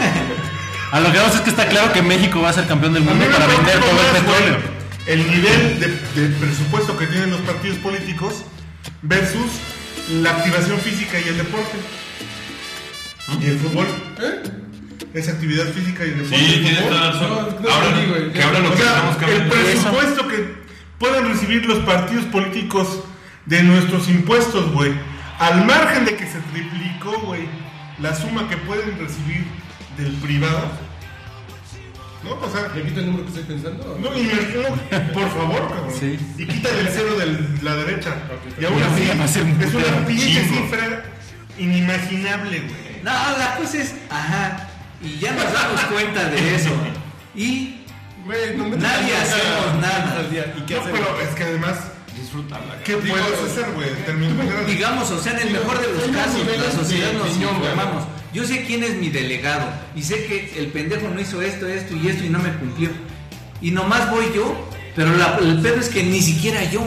B: ya.
A: A lo que vamos es que está claro que México va a ser campeón del
C: A mí
A: mundo
C: me
A: para vender
C: preocupa
A: todo el
C: más,
A: petróleo.
C: güey, El nivel de, de presupuesto que tienen los partidos políticos versus la activación física y el deporte. Y el fútbol.
B: ¿Eh?
C: Esa actividad física y el deporte.
E: Sí,
C: el
E: tienes
C: fútbol.
E: toda la
B: No,
E: razón.
B: no,
E: Ahora,
B: sí, güey.
E: que ahora lo
C: O
E: que
C: sea,
E: estamos
C: el
E: cambiando...
C: presupuesto que puedan recibir los partidos políticos de nuestros impuestos, güey. Al margen de que se triplicó, güey, la suma que pueden recibir del privado. ¿No? O sea,
B: ¿Le quito el número que estoy pensando?
C: no, y me- no, por favor, cabrón.
A: Sí.
C: Y quítale el cero de la derecha. Y aún
A: Pero
C: así,
A: sí, va a ser un
C: es una
A: putero.
C: pinche
A: Chingo.
C: cifra inimaginable, güey.
D: No, la cosa es, ajá, y ya nos damos cuenta de eso. Y
B: Güey, no me
D: Nadie hacemos nada.
B: ¿Y qué
C: No,
B: hacemos?
C: pero es que además,
E: Disfrútala.
C: ¿qué puedes hacer, güey? En términos generales.
D: digamos, o sea, en el mejor de los casos, la sociedad nos informamos. Yo sé quién es mi delegado y sé que el pendejo no hizo esto, esto y esto y no me cumplió. Y nomás voy yo, pero la- el pedo es que ni siquiera yo,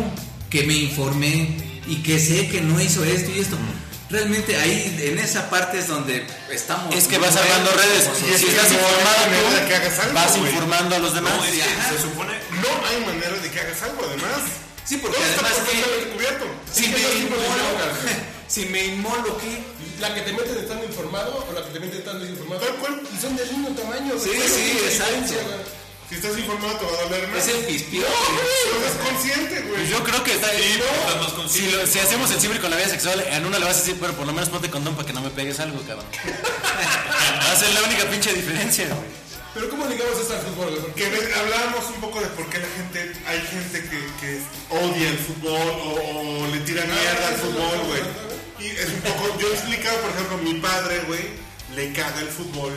D: que me informé y que sé que no hizo esto y esto. Realmente ahí, en esa parte es donde estamos.
I: Es que vas armando redes.
D: Como
I: Y si
D: sociedad.
I: estás informado,
C: manera de que hagas algo,
I: tú vas
C: güey.
I: informando a los demás.
E: No, es que
D: Ajá.
E: se supone...
C: No hay manera de que hagas algo, además.
I: Sí, porque
C: Todo está
I: además que-
C: perfectamente cubierto.
I: Si
C: Es
I: me
C: que no es imposible,
I: inmolo,
C: cabrón.
I: si me inmolo, ¿qué?
B: la que te meten estando informado o la que te meten estando desinformado.
C: Tal cual.
B: Y son del mismo tamaño. güey.
I: Sí,
B: Es
I: sí, exacto.
B: una diferencia, güey.
C: Si estás informado, te va a doler más.
I: Es el pispión.
C: Pero estás consciente,
I: Pues
C: güey.
A: Yo creo que está
E: Sí,
D: pues,
A: no.
E: estás más consciente.
A: si, lo- si hacemos el ciber con la vida sexual, a uno le vas a decir, pero por lo menos ponte condón para que no me pegues algo, cabrón. Va a ser la única pinche diferencia, güey.
B: Pero ¿cómo ligamos esto al fútbol? güey?
C: Que ve- hablábamos un poco de por qué la gente, hay gente que, que odia el fútbol o, o le tira mierda al fútbol, güey. Y es un poco, yo he explicado, por ejemplo, mi padre, güey, le caga el fútbol.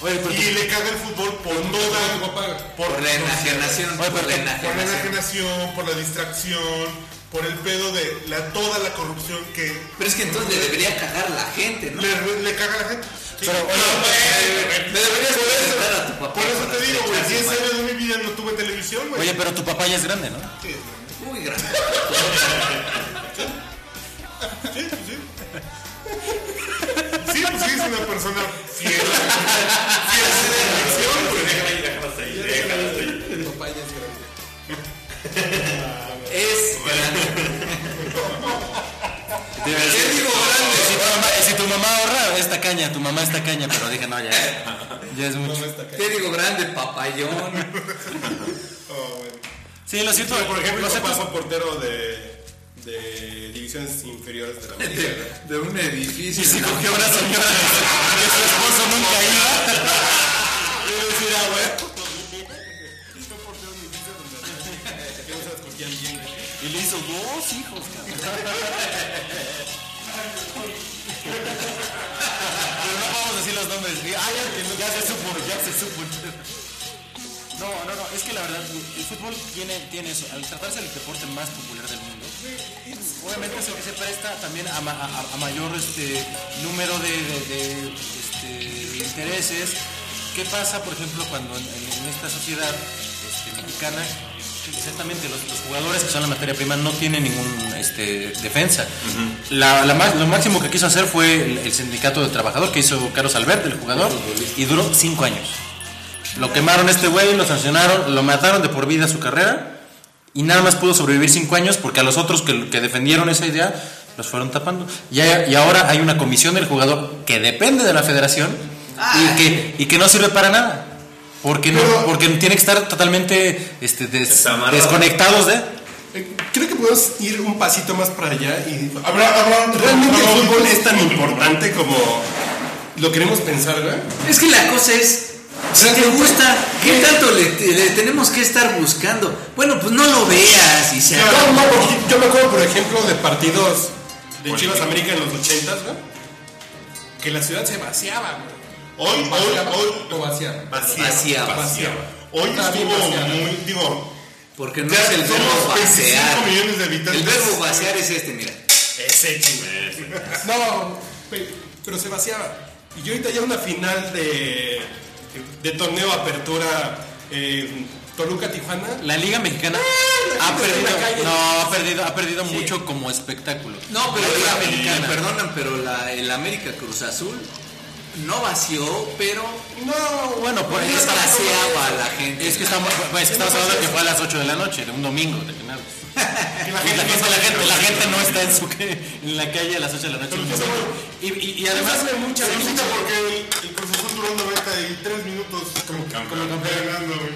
A: Oye, pero
C: Y le caga el fútbol por no
B: tu
C: dar,
B: papá.
C: por,
I: Por la enajenación.
A: Oye, pero
I: Por la
A: te-
C: por la
I: enajenación.
C: enajenación, por la distracción, por el pedo de la, toda la corrupción que
I: Pero es que entonces le debería cagar la gente, ¿no?
C: le, le caga a la gente.
A: Pero, oye,
I: Me deberías
C: Por eso-
I: presentar a tu papá
C: Por eso
I: para
C: te digo, güey,
I: estrechar
C: 10
I: su
C: años de mi vida no tuve televisión, güey.
A: oye, pero tu papá ya es grande, ¿no?
I: mano. Muy grande.
C: Sí, pues sí. Sí, pues sí, es una persona fiel. Fiel a
I: Es grande.
A: Te iba a decir, Si tu, mamá, si tu mamá ahorra, esta caña, tu mamá esta caña, pero dije, no, ya, ya es mucho.
I: Te digo grande, papayón.
C: Oh,
A: Sí, lo siento,
B: Por
A: lo
B: ejemplo, mi papá
A: siento.
B: fue portero de, de divisiones inferiores de la América. güey.
I: De, de un edificio.
A: Y si cogió una señora que su esposo nunca iba. Yo decía, "Ah, güey". Y le hizo dos hijos, cabrón. Pero no vamos a decir los nombres. Ah, ya, ya se supo, ya se supo. No, no, no, es que la verdad, el fútbol tiene, tiene eso. Al tratarse del deporte más popular del mundo, obviamente se, se presta también a, ma- a- a mayor este, número de, de- de, este, intereses. ¿Qué pasa, por ejemplo, cuando en, en- en esta sociedad este, mexicana, exactamente los, los jugadores que son la materia prima no tienen ningún este, defensa? La- la más- lo máximo que quiso hacer fue el, el sindicato de trabajador que hizo Carlos Albert, el jugador, y duró cinco años. Lo quemaron a este güey, lo sancionaron, lo mataron de por vida a su carrera y nada más pudo sobrevivir cinco años porque a los otros que, que defendieron esa idea los fueron tapando. Y, hay- y ahora hay una comisión del jugador que depende de la federación y que, y que no sirve para nada. Porque, no, porque tiene que estar totalmente este, des-
E: Desamarrado.
A: desconectados de...
B: Eh, Creo que podemos ir un pasito más para allá y
C: ver. Habrá, habrá.
B: ¿Realmente el fútbol es tan importante como lo queremos pensar, güey?
D: Es que la cosa es, si te gusta, ¿qué tanto le, le tenemos que estar buscando? Bueno, pues no lo veas y se
B: No, no, porque yo me acuerdo, por ejemplo, de partidos de Chivas América en los 80, ¿no? Que la ciudad se vaciaba, güey.
C: Hoy, hoy,
B: Vaciaba,
C: hoy.
B: o vaciaba.
D: Vaciaba.
B: Vaciaba.
C: Hoy
B: Está bien
C: estuvo
B: vaciado.
C: muy. Digo,
D: Porque no
C: ya
D: es el verbo
C: somos 25
D: vaciar.
C: millones de
D: El verbo
C: habitantes.
D: vaciar es este, mira.
B: Ese chingón. No, pe- pero se vaciaba. Y yo ahorita ya una final de, de torneo apertura eh, Toluca-Tijuana.
A: La Liga Mexicana
B: la
A: ha
B: gente en la calle.
A: perdido, no, ha perdido, ha perdido mucho como espectáculo.
D: No, pero
A: Liga
D: la-
A: Mexicana.
D: perdonan, pero la, el América Cruz Azul no vació, pero
B: No,
A: Bueno, por ahí
D: no
A: está-
D: vaciaba a la gente.
A: Es que estamos, pues, es que estamos hablando que fue a las 8 de la noche, de un domingo, de final. La gente, la, gente, la gente no está en, su, en la calle a las 8 de la noche. Y, y, y además,
C: Se necesita porque el, el Cruz Azul duró 93 minutos como campeón ganando, güey.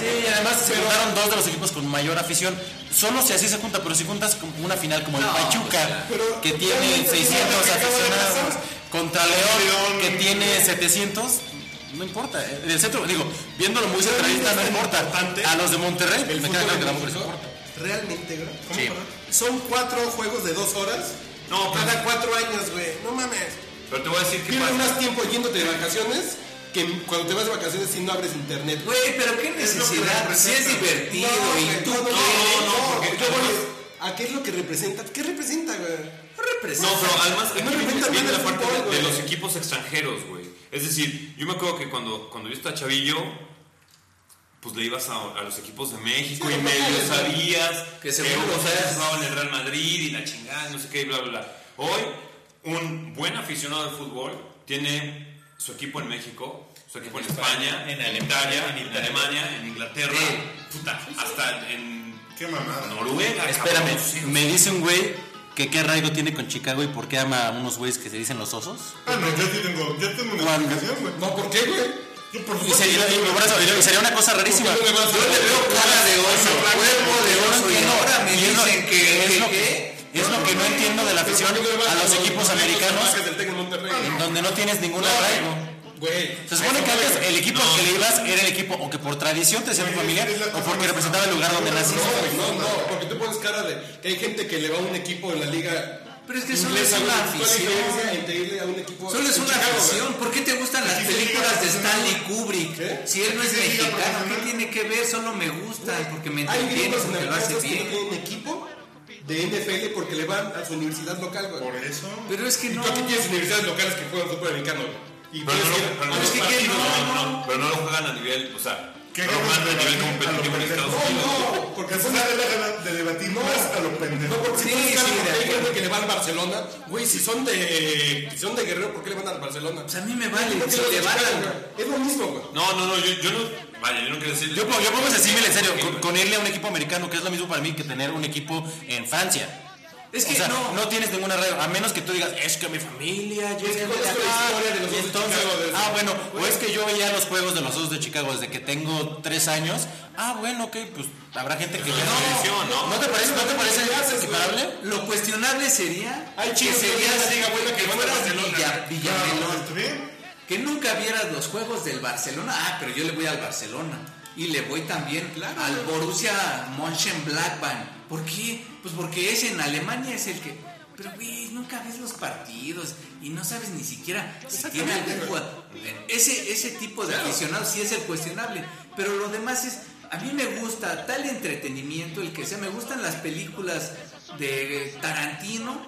A: sí, además se juntaron dos de los equipos con mayor afición. Solo si así se junta, pero si juntas con una final como el Pachuca, que tiene 600 aficionados, contra León, que tiene 700, no importa. eh, El centro, digo, viéndolo muy centralista, no importa. A los de Monterrey,
B: el
A: me
B: fútbol
A: queda claro que
B: en
A: tampoco les
B: México,
A: importa.
B: Realmente, güey. ¿Cómo
A: Sí.
B: parar? Son cuatro juegos de dos horas. No, cada cuatro años, güey. No mames.
E: Pero te voy a decir que
B: Tienes
E: pasa.
B: más tiempo yéndote de vacaciones que cuando te vas de vacaciones y no abres internet. güey.
D: Güey, pero qué necesidad. Si es divertido y
B: güey,
D: tú
B: no, no,
D: qué.
B: no,
E: no, porque-
B: yo voy a qué es lo que representa. ¿Qué representa, güey?
D: No representa.
E: No, pero además
B: Y
E: aquí
B: no
E: viene-
B: representa
E: viene
B: bien
E: la
B: el
E: parte
B: fútbol,
E: de, de
B: güey.
E: los equipos extranjeros, güey. Es decir, yo me acuerdo que cuando, cuando yo estaba chavillo, pues le ibas a, a los equipos de México
B: Sí,
E: y
B: no
E: medio
B: mames,
E: sabías
D: Que seguro
E: Hugo Sánchez
D: sabes.
E: jugaba en el Real Madrid y la chingada, no sé qué, y bla, bla, bla. Hoy, un buen aficionado de fútbol tiene su equipo en México, su equipo en España, en, Italia, en Alemania, en Inglaterra, puta, hasta en
C: Qué mamada.
E: Noruega.
A: Espérame,
E: cabrón, sí,
A: me dice un güey que qué arraigo tiene con Chicago y por qué ama a unos güeyes que se dicen los osos.
C: Ah, no, yo sí tengo, yo tengo una
A: ¿Cuándo?
C: explicación, güey.
J: No, ¿por qué, güey?
C: Yo por
A: Y
C: supuesto.
A: sería, y por eso, y sería una cosa rarísima.
J: Yo le veo cara de oso, cuerpo de oso y ahora me
A: Y es lo-
J: dicen que...
A: es lo
J: que-
A: que es lo que no entiendo de la afición a los equipos americanos
B: del Tec de Monterrey.
D: Ah,
A: en donde no tienes ningún arraigo.
B: Güey.
A: Se supone que antes el equipo al que le ibas era el equipo o que por tradición te hacía
D: Eh,
A: tu familia
C: es la
A: o
C: cosa
A: porque
C: más-
A: representaba el lugar donde naciste.
B: No, no, no, porque tú pones cara de que hay gente que le va a un equipo en la liga.
D: Pero es que solo
B: inglesa,
D: es una
B: güey. ¿Cuál es la
D: afición.
B: diferencia entre irle a un equipo?
D: Solo es
B: en
D: una
B: Chicago, güey?
D: ficción. ¿Por qué te gustan las
C: Aquí se diga,
D: películas de
C: no,
D: Stanley Kubrick?
B: ¿Qué?
D: Si él no es
C: se diga,
D: mexicano,
C: porque
D: ¿qué
C: no-
D: tiene que ver? Solo me gusta porque me
B: ¿Eh? Hay
D: entretiene,
B: gringos en
D: porque lo hace
B: Arkansas que no
D: bien.
B: tienen equipo de NFL porque le van a su universidad local, güey.
C: Por eso.
D: Pero es que
B: ¿Y
D: no.
B: tú aquí tienes universidades locales que juegan fútbol americano, güey? Y
E: Pero no,
B: puedes
E: lo-
B: ir a-
E: pero no
B: a-
E: los
D: que
E: partidos,
D: quién, no,
E: no, no, pero no lo juegan a nivel, o sea,
C: ¿Qué
E: no lo
C: ganas
E: juegan a
C: de
E: nivel
C: debatir a
E: competitivo en
C: los
E: Estados
C: pendejos?
E: Unidos.
B: No, porque
C: Porque se me da de debatir más a los
B: No,
C: pendejos.
B: porque si
D: Sí,
B: tú eres
D: sí,
B: Carlos, hay
D: de acuerdo.
B: gente que le va al Barcelona, güey, si son de, eh, si son de Guerrero, ¿por qué le van al Barcelona?
D: Pues a mí me vale,
B: ¿Por qué
D: si
B: le
D: le
B: van
D: van
B: a
D: al-
B: Chicago, güey? Es lo mismo, güey.
E: No, no, no, yo, yo no. Vaya, yo no quiero decir.
A: Yo, pongo- yo pongo ese símil en serio,
E: Ok,
A: con,
E: güey.
A: con irle a un equipo americano, que es lo mismo para mí que tener un equipo en Francia.
D: Es
A: o
D: que
A: sea,
D: no.
A: no. tienes ningún arraigo, a menos que tú digas, es que mi familia, yo
B: Es que conozco la historia de los
A: y
B: Osos de
A: entonces,
B: Chicago desde-
A: Ah, bueno, o es que yo veía los juegos de los Osos de Chicago desde que tengo tres años. Ah, bueno, ok, pues habrá gente que...
E: televisión, ¿no?
A: te parece, no te parece equiparable?
D: Lo cuestionable sería
B: Hay
D: que
B: chicos que
D: sería
B: juegan en la liga buena que
D: que
B: juegan en
D: fueras
B: Barcelona.
D: Villa-
C: Claro,
D: Villamelón.
C: ¿está bien?
D: Que nunca vieras los juegos del Barcelona. Ah, pero yo le voy al Barcelona. Y le voy también al Borussia Mönchengladbach. ¿Por qué? Pues porque es en Alemania, es el que... Pero, güey, nunca ves los partidos y no sabes ni siquiera si tiene algún jugador. Ese, ese tipo de aficionado sí es el cuestionable. Pero lo demás es... A mí me gusta tal entretenimiento, el que sea. Me gustan las películas de Tarantino.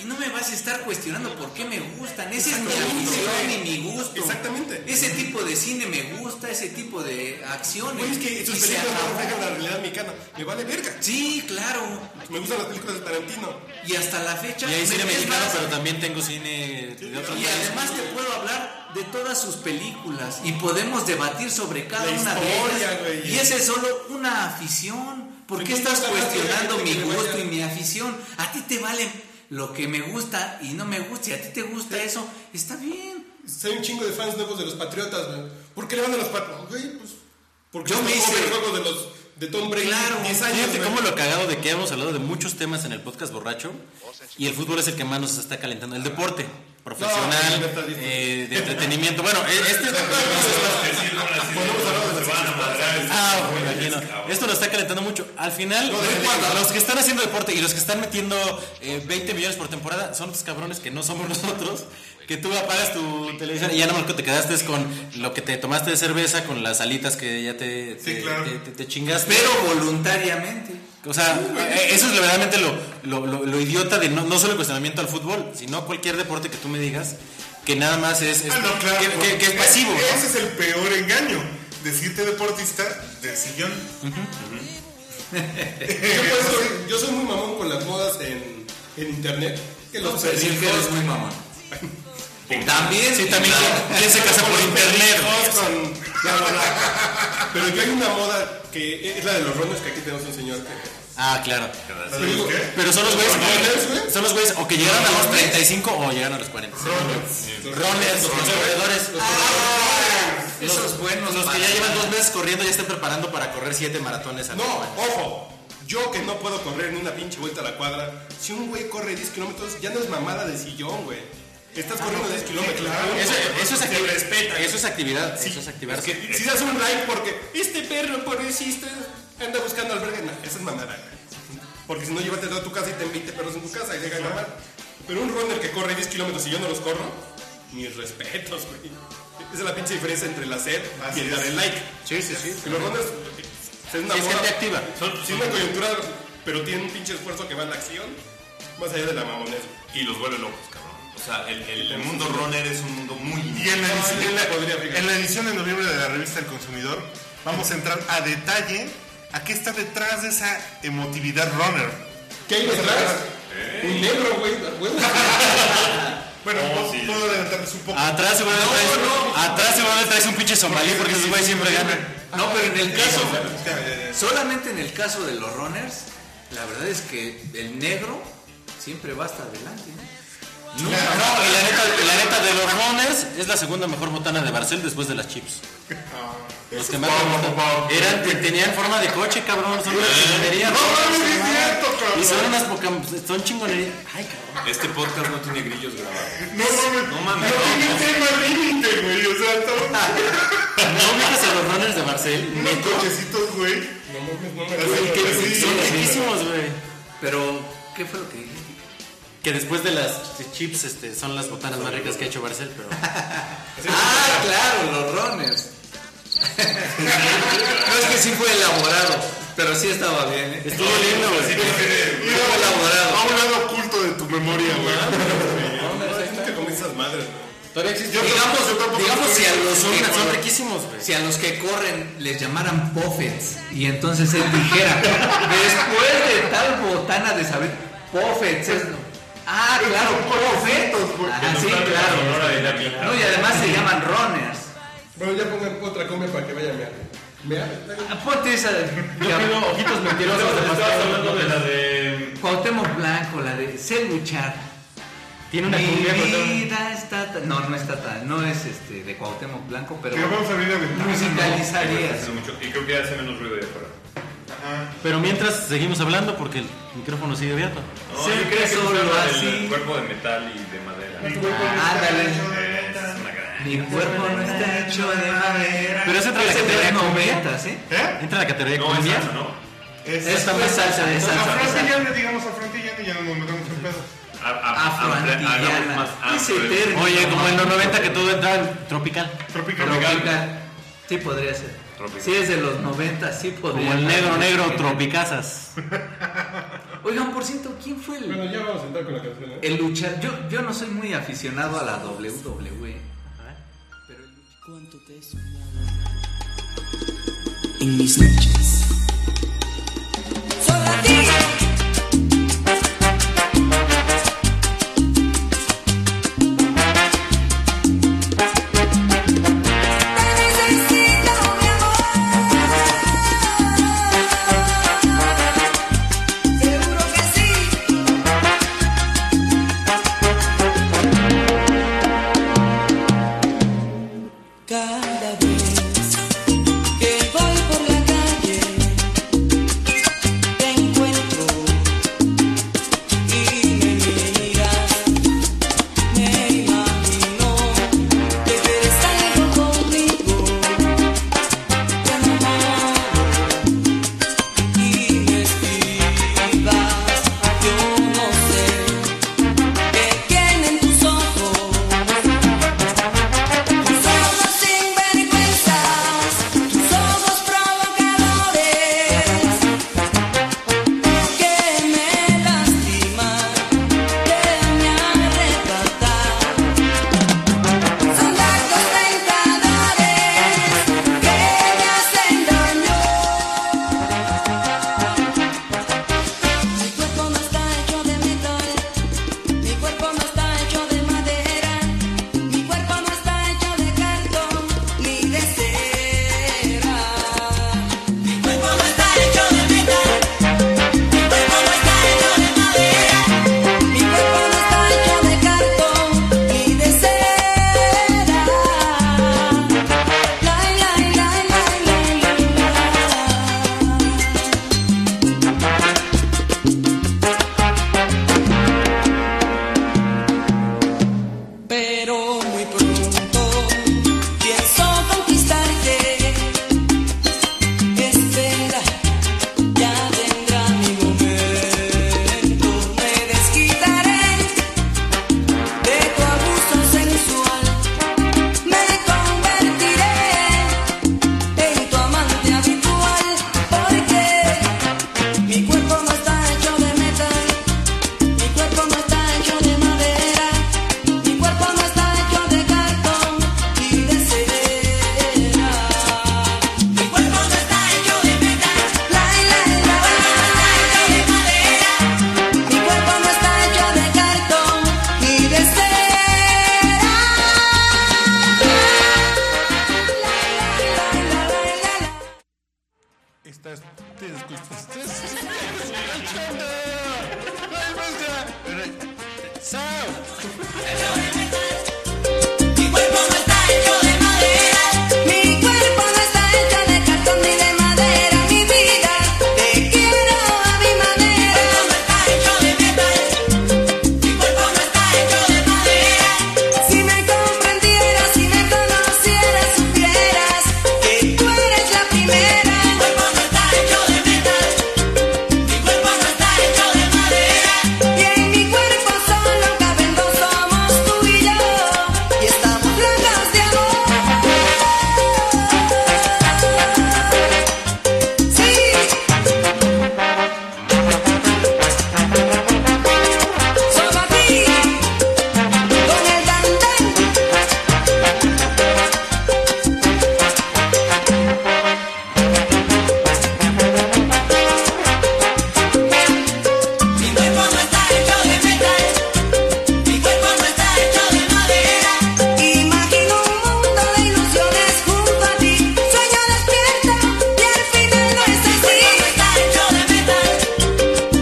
D: Y no me vas a estar cuestionando por qué me gustan. Esa es mi afición y mi gusto.
B: Exactamente.
D: Ese tipo de cine me gusta, ese tipo de acciones.
B: Güey, es que sus
D: Y se
B: películas no
D: acabó.
B: reflejan la realidad mexicana. Me vale verga.
D: Sí, claro.
B: Me gustan las películas de Tarantino.
D: Y hasta la fecha.
A: Y ahí cine
D: es
A: mexicano,
D: más,
A: pero también tengo cine de otros
D: Y
A: países.
D: además te puedo hablar de todas sus películas y podemos debatir sobre cada
B: La
D: una
B: historia,
D: de ellas.
B: güey.
D: Y esa es solo una afición. ¿Por qué
B: Me
D: estás
B: gusta hablar de
D: cuestionando
B: gente
D: mi
B: que le
D: gusto
B: vaya-
D: y mi afición? A ti te vale lo que me gusta y no me gusta. Y a ti te gusta eso. Está bien.
B: Si hay un chingo de fans nuevos de los Patriotas, güey. ¿por qué le van a los Patriotas? Güey, pues. Porque
D: Yo
B: está
D: me hice-
B: joven el juego de los de Tom Brady.
D: Claro.
B: 10 años,
A: Fíjate
B: güey.
A: cómo lo cagado de que hemos hablado de muchos temas en el podcast borracho y el fútbol es el que más nos está calentando. El deporte profesional,
B: No, no, no, no.
A: eh, de entretenimiento. Bueno, eh, este Ah, me imagino. Esto lo está calentando mucho. Al final, los que están haciendo deporte y los que están metiendo eh, 20 millones por temporada son los cabrones que no somos nosotros. Que tú apagas tu televisión y ya nomás te quedaste es con lo que te tomaste de cerveza, con las alitas que ya te,
C: Sí,
A: te-
C: claro.
A: te- te- te chingaste.
D: Pero voluntariamente.
A: O sea, eh, eso es verdaderamente lo, lo, lo- lo idiota de no, no solo el cuestionamiento al fútbol, sino a cualquier deporte que tú me digas, que nada más es, es-
C: Ah, no, claro.
A: que,
C: porque
A: que- que es pasivo. ¿no?
C: Ese es el peor engaño. Decirte deportista del sillón.
B: Yo, por eso- yo soy muy mamón con las modas en, en internet. Que los
D: Vamos a decir que eres
B: pendejos-
D: muy mamón. También,
A: Sí, también, ¿quién- ¿quién se casa por internet?
B: pendejos con- No, no, no. Pero yo hay una moda que es la de los ronos, que aquí tenemos un señor que.
A: Ah, claro.
B: Pero digo,
A: Pero son los güeyes,
B: ¿Runners, güey?
A: son los güeyes o que llegaron a los 35 o llegaron a los 40.
B: los
A: Runners, los corredores. Los-
D: esos buenos.
A: Los que ya llevan dos meses corriendo ya están preparando para correr siete maratones al
B: No,
A: año.
B: ojo. Yo que no puedo correr ni una pinche vuelta a la cuadra. Si un güey corre 10 kilómetros, ya no es mamada de sillón, güey. Estás corriendo 10 kilómetros.
A: Eso, eso es actividad. Eso es actividad. Eso es actividad.
B: Si das un like porque este perro por hiciste anda buscando albergue, no, esa es mamada. Porque si no llévate a tu casa y ten 20 perros en tu casa y deja de mamar. Pero un runner que corre 10 kilómetros y yo no los corro, mis respetos, güey. Esa es la pinche diferencia entre la sed y el dar el like. Sí, sí, sí. los runners es una
A: Es
B: moda,
A: gente activa.
E: Son-
B: sí,
E: son-
B: una coyuntura, pero tienen un pinche esfuerzo que va en la acción, más allá de la mamonés.
E: Y los vuelve locos, cabrón. O sea, el, el, el mundo runner es un mundo muy.
C: Y en la,
B: No,
C: edición,
B: yo la podría fijar.
C: en la edición de noviembre de la revista El Consumidor, vamos a entrar a detalle a qué está detrás de esa emotividad runner.
B: ¿Qué hay detrás? Un negro, güey. a huevo.
C: Bueno, puedo- puedo adelantarles un poco.
A: Atrás seguramente traes, atrás seguramente traes un pinche somalí porque esos güeyes siempre ganan.
D: No, pero en el caso,
C: Ya, ya, ya.
D: solamente en el caso de los runners, la verdad es que el negro siempre va hasta adelante.
A: No, y la neta, la neta de los runners es la segunda mejor botana de Barcel después de las chips.
B: Ah,
A: Los que más me gustan. Eran, te- tenían forma de coche, cabrón. Son una chingonería.
B: No mames, sí es cierto, cabrón.
A: Y son unas poca- son chingonerías. Ay, cabrón.
E: Este podcast no tiene grillos grabados.
B: No mames.
E: No
B: No
E: mames.
B: tiene tema límite, güey. O sea, estamos
A: No ubicas a los runners de Barcel.
B: unos cochecitos, güey. Así que sí.
A: Son riquísimos, güey.
D: Pero, ¿qué fue lo que dijiste?
A: Que después de las chips este, son las botanas más ricas que ha hecho Barcel, pero.
D: Ah, claro, los runners. no es que sí fue elaborado, pero sí estaba bien, ¿eh?
A: Estuvo lindo, güey.
D: Muy elaborado.
B: A un lado oculto de tu memoria, güey.
K: te comes esas madres,
D: Todavía existe.
B: Yo
D: digamos,
B: tampoco- yo tampoco
D: digamos
B: estoy
D: si a
B: bien.
D: los
A: Son,
D: que
A: son
D: corren-
A: riquísimos, güey.
D: si a los que corren les llamaran puffets y entonces él dijera, después de tal botana de saber, puffets es- Ah, claro,
B: conceptos,
D: puffets.
B: güey,
D: Ah, sí, claro. No, y además se llaman runners.
C: Bueno, ya pongan otra come para que vaya a mear. Mear.
D: Ah, Ponte esa de
A: Ojitos mentirosos de
E: Estabas hablando de la de.
D: Cuauhtémoc Blanco, la de sé luchar.
A: Tiene una cumbia
D: Mi vida está tan... No, no está tan... No es este de Cuauhtémoc Blanco, pero
B: Que vamos a abrir la ventana.
D: musicalizarías.
E: mucho. Y creo que hace menos ruido de afuera.
A: Pero mientras seguimos hablando porque el micrófono sigue abierto.
E: No,
D: Siempre
E: yo creía que tú
D: solo
E: hablabas del
D: así.
E: cuerpo de metal y de madera.
D: Ándale.
E: Es una gran.
D: Mi cuerpo no está hecho de madera.
A: Pero esa otra
D: Ese
A: la que
D: de
A: te voy a comer.
D: noventas, ¿eh?
B: ¿Eh?
A: Entra la categoría
E: No, es
A: cumbia.
E: salsa, ¿no?
B: Esa.
D: Esta más salsa de
B: A
D: salsa.
B: Frantillana, digamos a Frantillana y ya no nos metemos en pedos.
E: A- a-
D: Afroantillana.
E: a- hagamos más
D: Ese
E: amplio el-
D: término.
A: Oye, como en los 90 que todo entraba en tropical.
B: Tropical.
D: Tropical. Sí podría ser.
E: Tropical.
D: Si es de los 90, sí podría
A: Como el negro,
D: ser.
A: negro, tropicazas.
D: Oigan, por cierto, ¿quién fue el,
C: Bueno, ya vamos a entrar con la canción, ¿eh?
D: el luchador? Yo, yo no soy muy aficionado a la E. WWE. Pero el
L: Cuánto te he soñado en mis noches.
H: Seguro que sí.
L: Cada vez que voy por la calle te encuentro y me miras, me imagino que quieres algo conmigo, te enamoro y me esquivas. Yo no sé qué tienen tus ojos.
H: Tus ojos sin vergüenzas, tus ojos provocadores,
L: Que me lastima, que me arrebata,
H: son datos tentadores que me hacen daño. Mi cuerpo no está hecho de metal, mi cuerpo no está hecho de madera, mi cuerpo no está hecho de cartón ni de cera. Mi cuerpo no está hecho de metal. Mi cuerpo no está hecho de madera, mi cuerpo no está hecho de cartón y de cera. La, la, la, la, la,
L: pero muy pronto pienso conquistarte. Espera, ya vendrá mi momento. Me desquitaré
H: de tu abuso sensual, me convertiré en tu amante habitual, porque mi cuerpo no está hecho de metal, mi cuerpo no está hecho de madera, mi cuerpo no está hecho de cartón y de cera, mi cuerpo no está hecho de metal, la la la de madera. Mi cuerpo no está hecho de cartón ni de cera.
M: Estás. Te escuchas. ¡Estás escuchando! ¡Ay, basta! Pero
H: Mi cuerpo no está hecho de madera, mi cuerpo no está hecho de cartón ni de madera, mi vida te quiero a mi manera. Mi cuerpo no está hecho de metal, mi cuerpo no está hecho de madera. Si me comprendieras, si me conocieras, supieras que tú eres la primera. Mi cuerpo no está hecho de metal, mi cuerpo no está hecho de madera. Y en mi cuerpo solo caben dos, somos tú y yo. Y estamos locos de amor. Sí. Solo aquí, con el tantán. Mi cuerpo no está hecho de metal, mi cuerpo no está hecho de madera. Imagino un mundo de ilusiones junto a ti. Sueño despierta y al final no es así.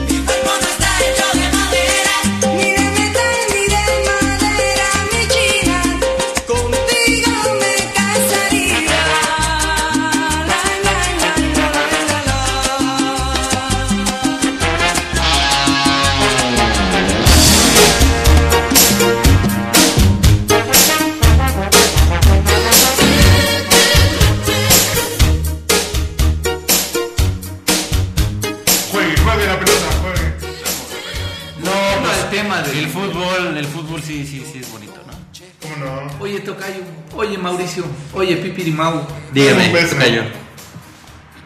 H: Mi cuerpo no está hecho de metal, mi cuerpo no está hecho de madera. Ni de metal ni de madera, mi china. Contigo me casaría. La, la, la, la, la, la, la.
C: Juegue, juegue la pelota, juegue.
A: No, no el tema del fútbol, el fútbol sí, sí, sí es bonito, ¿no?
C: ¿Cómo no?
D: Oye, Tocayo. Oye, Mauricio. Oye, Pipirimau.
C: Un beso.
A: tocayo.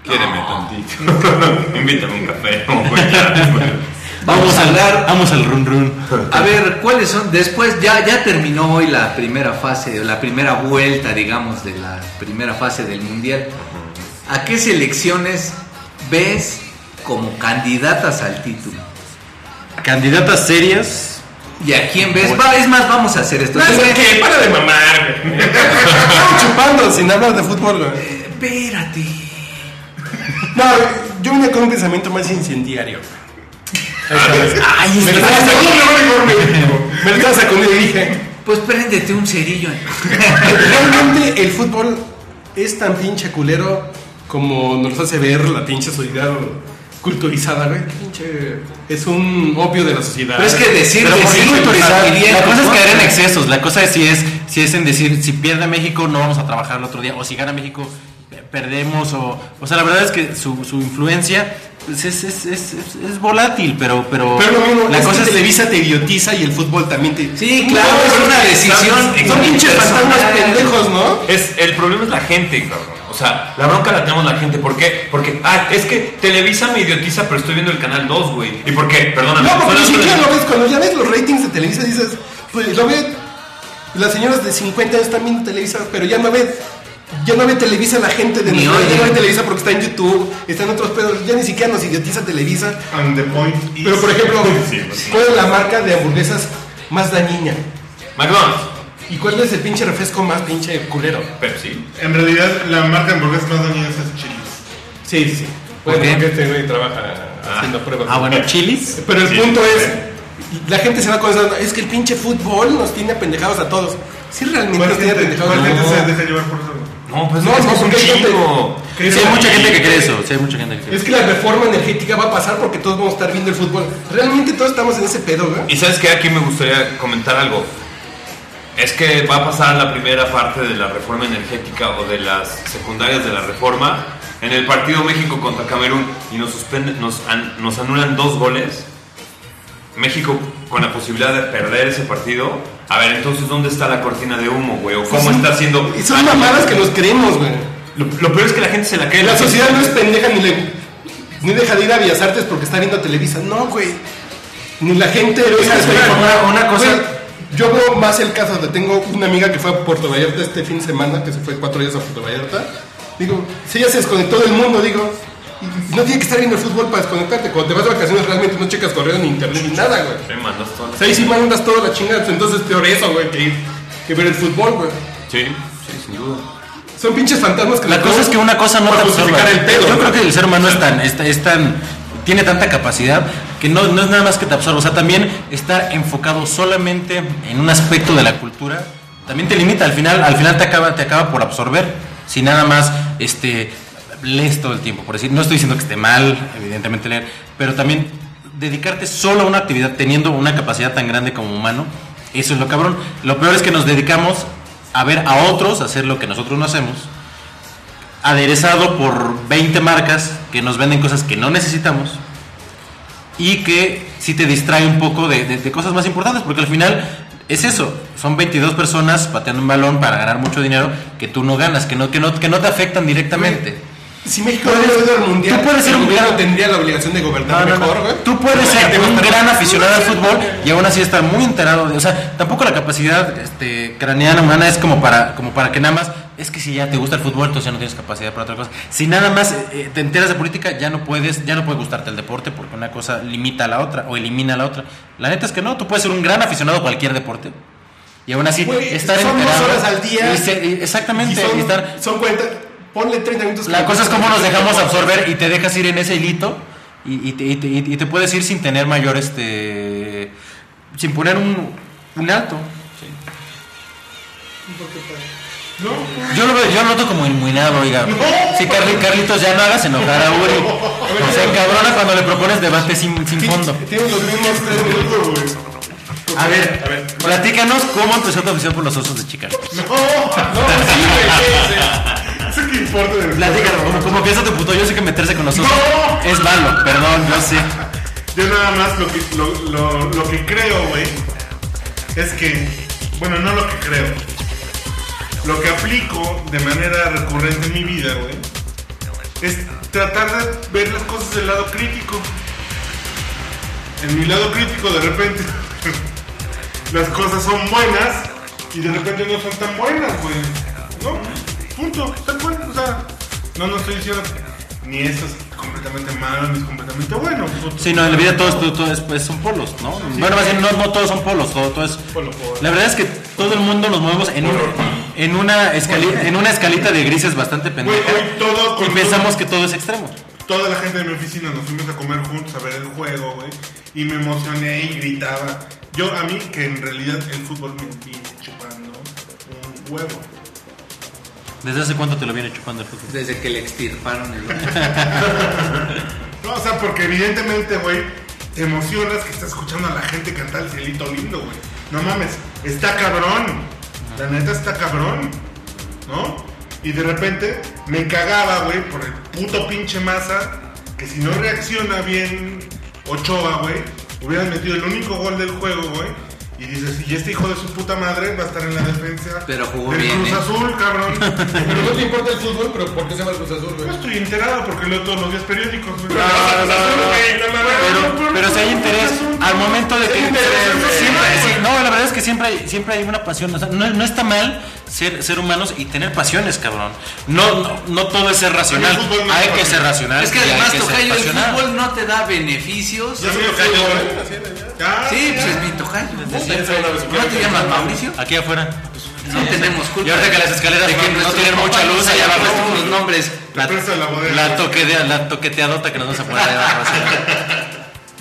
E: Quiéreme tantito. Invítame un café. un buen chat.
A: Vamos a hablar, vamos al run run.
D: A ver, ¿cuáles son? Después ya, ya terminó hoy la primera fase, o la primera vuelta, digamos, de la primera fase del Mundial. ¿A qué selecciones ves como candidatas al título?
A: Candidatas serias.
D: ¿Y a quién ves? Va, es más, vamos a hacer esto. ¿Tú ves-
E: ¿Qué? Para de mamar. güey.
C: Ah.
B: Estamos chupando sin hablar de fútbol, güey.
D: Espérate.
B: No, yo vine con un pensamiento más incendiario.
K: Ah,
D: Ay,
B: Me lo
D: espérate.
B: estabas sacudiendo, me lo estabas sacudiendo y dije.
D: Pues préndete un cerillo.
B: Realmente el fútbol es tan pinche culero como nos hace ver la pinche sociedad culturizada, güey. Pinche. Es un opio de la sociedad.
D: Pero es que decir,
A: Pero por
D: decir,
A: qué culturizar?
D: pues,
A: La cosa es
D: ¿no?
A: caer en excesos. La cosa es si es, si es en decir, si pierde México, no vamos a trabajar el otro día. O si gana México, eh, perdemos. O, o sea, la verdad es que su, su influencia pues, es, es, es, es- es volátil, pero, pero,
B: Pero lo mismo,
A: la cosa es
B: Televisa te idiotiza y el fútbol también te.
D: Sí, claro, es una decisión.
B: Son pinches fantasmas pendejos, ¿no?
E: Es, el problema es la gente, cabrón. O sea, la bronca la tenemos la gente. ¿Por qué? Porque, ah, es que Televisa me idiotiza, pero estoy viendo el canal 2, güey. ¿Y por qué? Perdóname.
B: No, porque
E: son
B: ni
E: las
B: siquiera
E: tres-
B: lo ves. Cuando ya ves los ratings de Televisa, dices, pues lo ve. Las señoras de 50 años están viendo Televisa, pero ya no ve. Ya no ve Televisa la gente de
D: Ni
B: nuestra edad,
D: oye.
B: Ya no ve Televisa porque está en YouTube, está en otros pedos. Ya ni siquiera nos idiotiza Televisa.
C: And the point is.
B: Pero por ejemplo,
C: Sí, pues,
B: ¿cuál es la marca de hamburguesas más dañina?
E: McDonald's.
B: ¿Y cuál es el pinche refresco más pinche culero?
E: Pepsi.
C: En realidad, la marca de hamburguesas más dañina es Chili's.
B: Sí, sí, sí. Bueno,
A: Ok.
B: porque este güey trabaja haciendo pruebas.
A: Ah, bueno, chilis.
B: Pero el
E: Sí,
B: punto
E: sí.
B: es, la gente se va con eso, es que el pinche fútbol nos tiene apendejados a todos. Sí, realmente
C: ¿Cuál
B: nos tiene
C: gente
B: apendejados.
C: cuál gente
B: No.
C: se deja llevar por eso?
E: No, pues
B: No,
E: es que
B: no,
E: es un
B: porque hay gente-
E: chingo.
A: Sí, hay mucha gente que cree eso. Sí, hay mucha gente que cree
B: Es que la reforma energética va a pasar porque todos vamos a estar viendo el fútbol. Realmente todos estamos en ese pedo, güey.
E: Y sabes que aquí me gustaría comentar algo. Es que va a pasar la primera parte de la reforma energética o de las secundarias de la reforma en el partido México contra Camerún y nos suspenden, nos, an- nos anulan dos goles. México con la posibilidad de perder ese partido. A ver, entonces, ¿dónde está la cortina de humo, güey? ¿O cómo está haciendo?
B: Y son mamadas que nos creemos, güey.
E: Lo, lo peor es que la gente se la cree.
B: La
E: gente-
B: sociedad no es pendeja ni le ni deja de ir a Bellas Artes porque está viendo Televisa. No, güey. Ni la gente heroica
A: es que una- una cosa-
B: Güey, yo veo más el caso de tengo una amiga que fue a Puerto Vallarta este fin de semana, que se fue cuatro días a Puerto Vallarta. Digo, si ella se desconectó del mundo, digo, y no tiene que estar viendo el fútbol para desconectarte. Cuando te vas de vacaciones realmente no checas correo ni internet ni nada, güey.
E: Me mandas todo.
B: O sea, ahí sí mandas toda la chingada. Entonces peor eso, güey, que ir, que ver el fútbol, güey.
E: Sí, sí, sin duda.
B: Son pinches fantasmas que
A: La
B: nos
A: cosa es que una cosa no
B: para
A: te absorba.
B: justificar el pedo,
A: Yo
B: ¿no?
A: creo que el ser humano es tan, es, es tan tiene tanta capacidad que no, no es nada más que te absorba, o sea, también estar enfocado solamente en un aspecto de la cultura, también te limita, al final, al final te acaba, te acaba por absorber, si nada más este lees todo el tiempo, por decir, no estoy diciendo que esté mal, evidentemente leer, pero también dedicarte solo a una actividad teniendo una capacidad tan grande como humano, eso es lo cabrón. Lo peor es que nos dedicamos a ver a otros hacer lo que nosotros no hacemos, aderezado por 20 marcas que nos venden cosas que no necesitamos y que sí te distrae un poco de, de- de cosas más importantes, porque al final es eso, son 22 personas pateando un balón para ganar mucho dinero que tú no ganas, que no, que no, que no te afectan directamente.
B: Si México hubiera ido al mundial,
A: tú puedes ser
B: el
A: un
B: gobierno
A: gran-
B: tendría la obligación de gobernar
A: No, no, no.
B: mejor, güey.
A: Tú puedes ser
B: Tengo
A: un
B: esta-
A: gran aficionado al fútbol y aún así estar muy enterado de, o sea, tampoco la capacidad este, craneana humana es como para, como para que nada más, es que si ya te gusta el fútbol, entonces ya no tienes capacidad para otra cosa. Si nada más eh, te enteras de política, ya no puedes, ya no puede gustarte el deporte porque una cosa limita a la otra o elimina a la otra. La neta es que no, tú puedes ser un gran aficionado a cualquier deporte. Y aún así,
B: Güey,
A: estar
B: son dos
A: enterado.
B: horas al día
A: y se- y-
B: Y
A: exactamente,
B: son,
A: y estar
B: son 40, ponle 30 minutos.
A: la cosa es cómo nos dejamos absorber y te dejas ir en ese hilito y, y te, y te- y te puedes ir sin tener mayor este. sin poner un, un alto. Yo lo, veo- yo lo noto como inmuinado, oiga. Si Carli- Carlitos ya no hagas enojar a Uri. Se encabrona cuando le propones debate sin, sin fondo.
B: Tienes los mismos tres minutos, güey.
A: A ver, platícanos cómo empezó tu afición por los osos de Chicago.
C: Eso que importa de
A: Platícanos, como, como piensa tu puto, yo sé que meterse con los osos es malo, perdón, yo sé.
C: Yo nada más lo que, lo, lo- lo que creo, güey, es que, bueno, no lo que creo, lo que aplico de manera recurrente en mi vida, güey, es tratar de ver las cosas del lado crítico. En mi lado crítico, de repente, las cosas son buenas y de repente no son tan buenas, güey. No, punto, tan buenas, o sea, no, no estoy diciendo ni esto es completamente malo ni es completamente bueno. punto.
A: Sí, no, en la vida todos, todo, todo es- pues, son polos, ¿no? bueno, más bien, no, no todos son polos, todo, todo es... La verdad es que todo el mundo nos movemos en, un- en, una, escalita, en una escalita de grises bastante
C: Güey,
A: pendeja
C: hoy todo
A: y
C: con
A: pensamos que todo es extremo.
C: toda la gente de mi oficina nos fuimos a comer juntos a ver el juego, güey, y me emocioné y gritaba. Yo a mí que en realidad el fútbol me viene chupando un huevo.
A: ¿Desde hace cuánto te lo viene chupando el fútbol?
D: Desde que le extirparon el
C: No, o sea, porque evidentemente, güey, te emocionas que estás escuchando a la gente cantar el cielito lindo, güey. No mames, está cabrón. La neta está cabrón. ¿No? Y de repente me cagaba, güey, por el puto pinche masa, que si no reacciona bien Ochoa, güey, hubieran metido el único gol del juego, güey. Y dices, y este hijo de su puta madre va a estar en la defensa
D: Pero jugó
C: del
D: bien,
C: Cruz
D: ¿eh?
C: Azul, cabrón.
B: Pero no te importa el fútbol, pero ¿por qué se llama el Cruz Azul,
C: No
B: güey?
C: estoy enterado porque leo todos los días periódicos, güey.
A: Pero, pero si hay interés, al momento de que... Siempre, sí, no, la verdad es que siempre hay, siempre hay una pasión. o sea, no, no está mal ser, ser humanos y tener pasiones, cabrón. No, no, no todo es ser racional.
C: Pero el fútbol no es
A: Hay que
C: pasional.
A: ser racional.
D: Es que
A: y hay
D: además,
A: ser
D: Tocayo, el
A: pasional.
D: fútbol no te da beneficios.
C: Ya se me cayó, güey. Ya,
D: Sí,
C: ya.
D: pues es mi Tocayo.
A: siempre.
D: ¿No te llamas Mauricio?
A: Aquí afuera.
D: No tenemos culpa.
A: Y ahorita que las escaleras
D: de que
A: no- no
D: nuestros
A: tienen mucha
D: papás
A: luz,
D: nos
A: allá
D: hayan
A: abajo
D: puesto
A: está-
D: unos nombres.
C: La presa de la bodega.
A: La, toquedea- la toqueteadota que nos vamos a poner ahí abajo, o sea.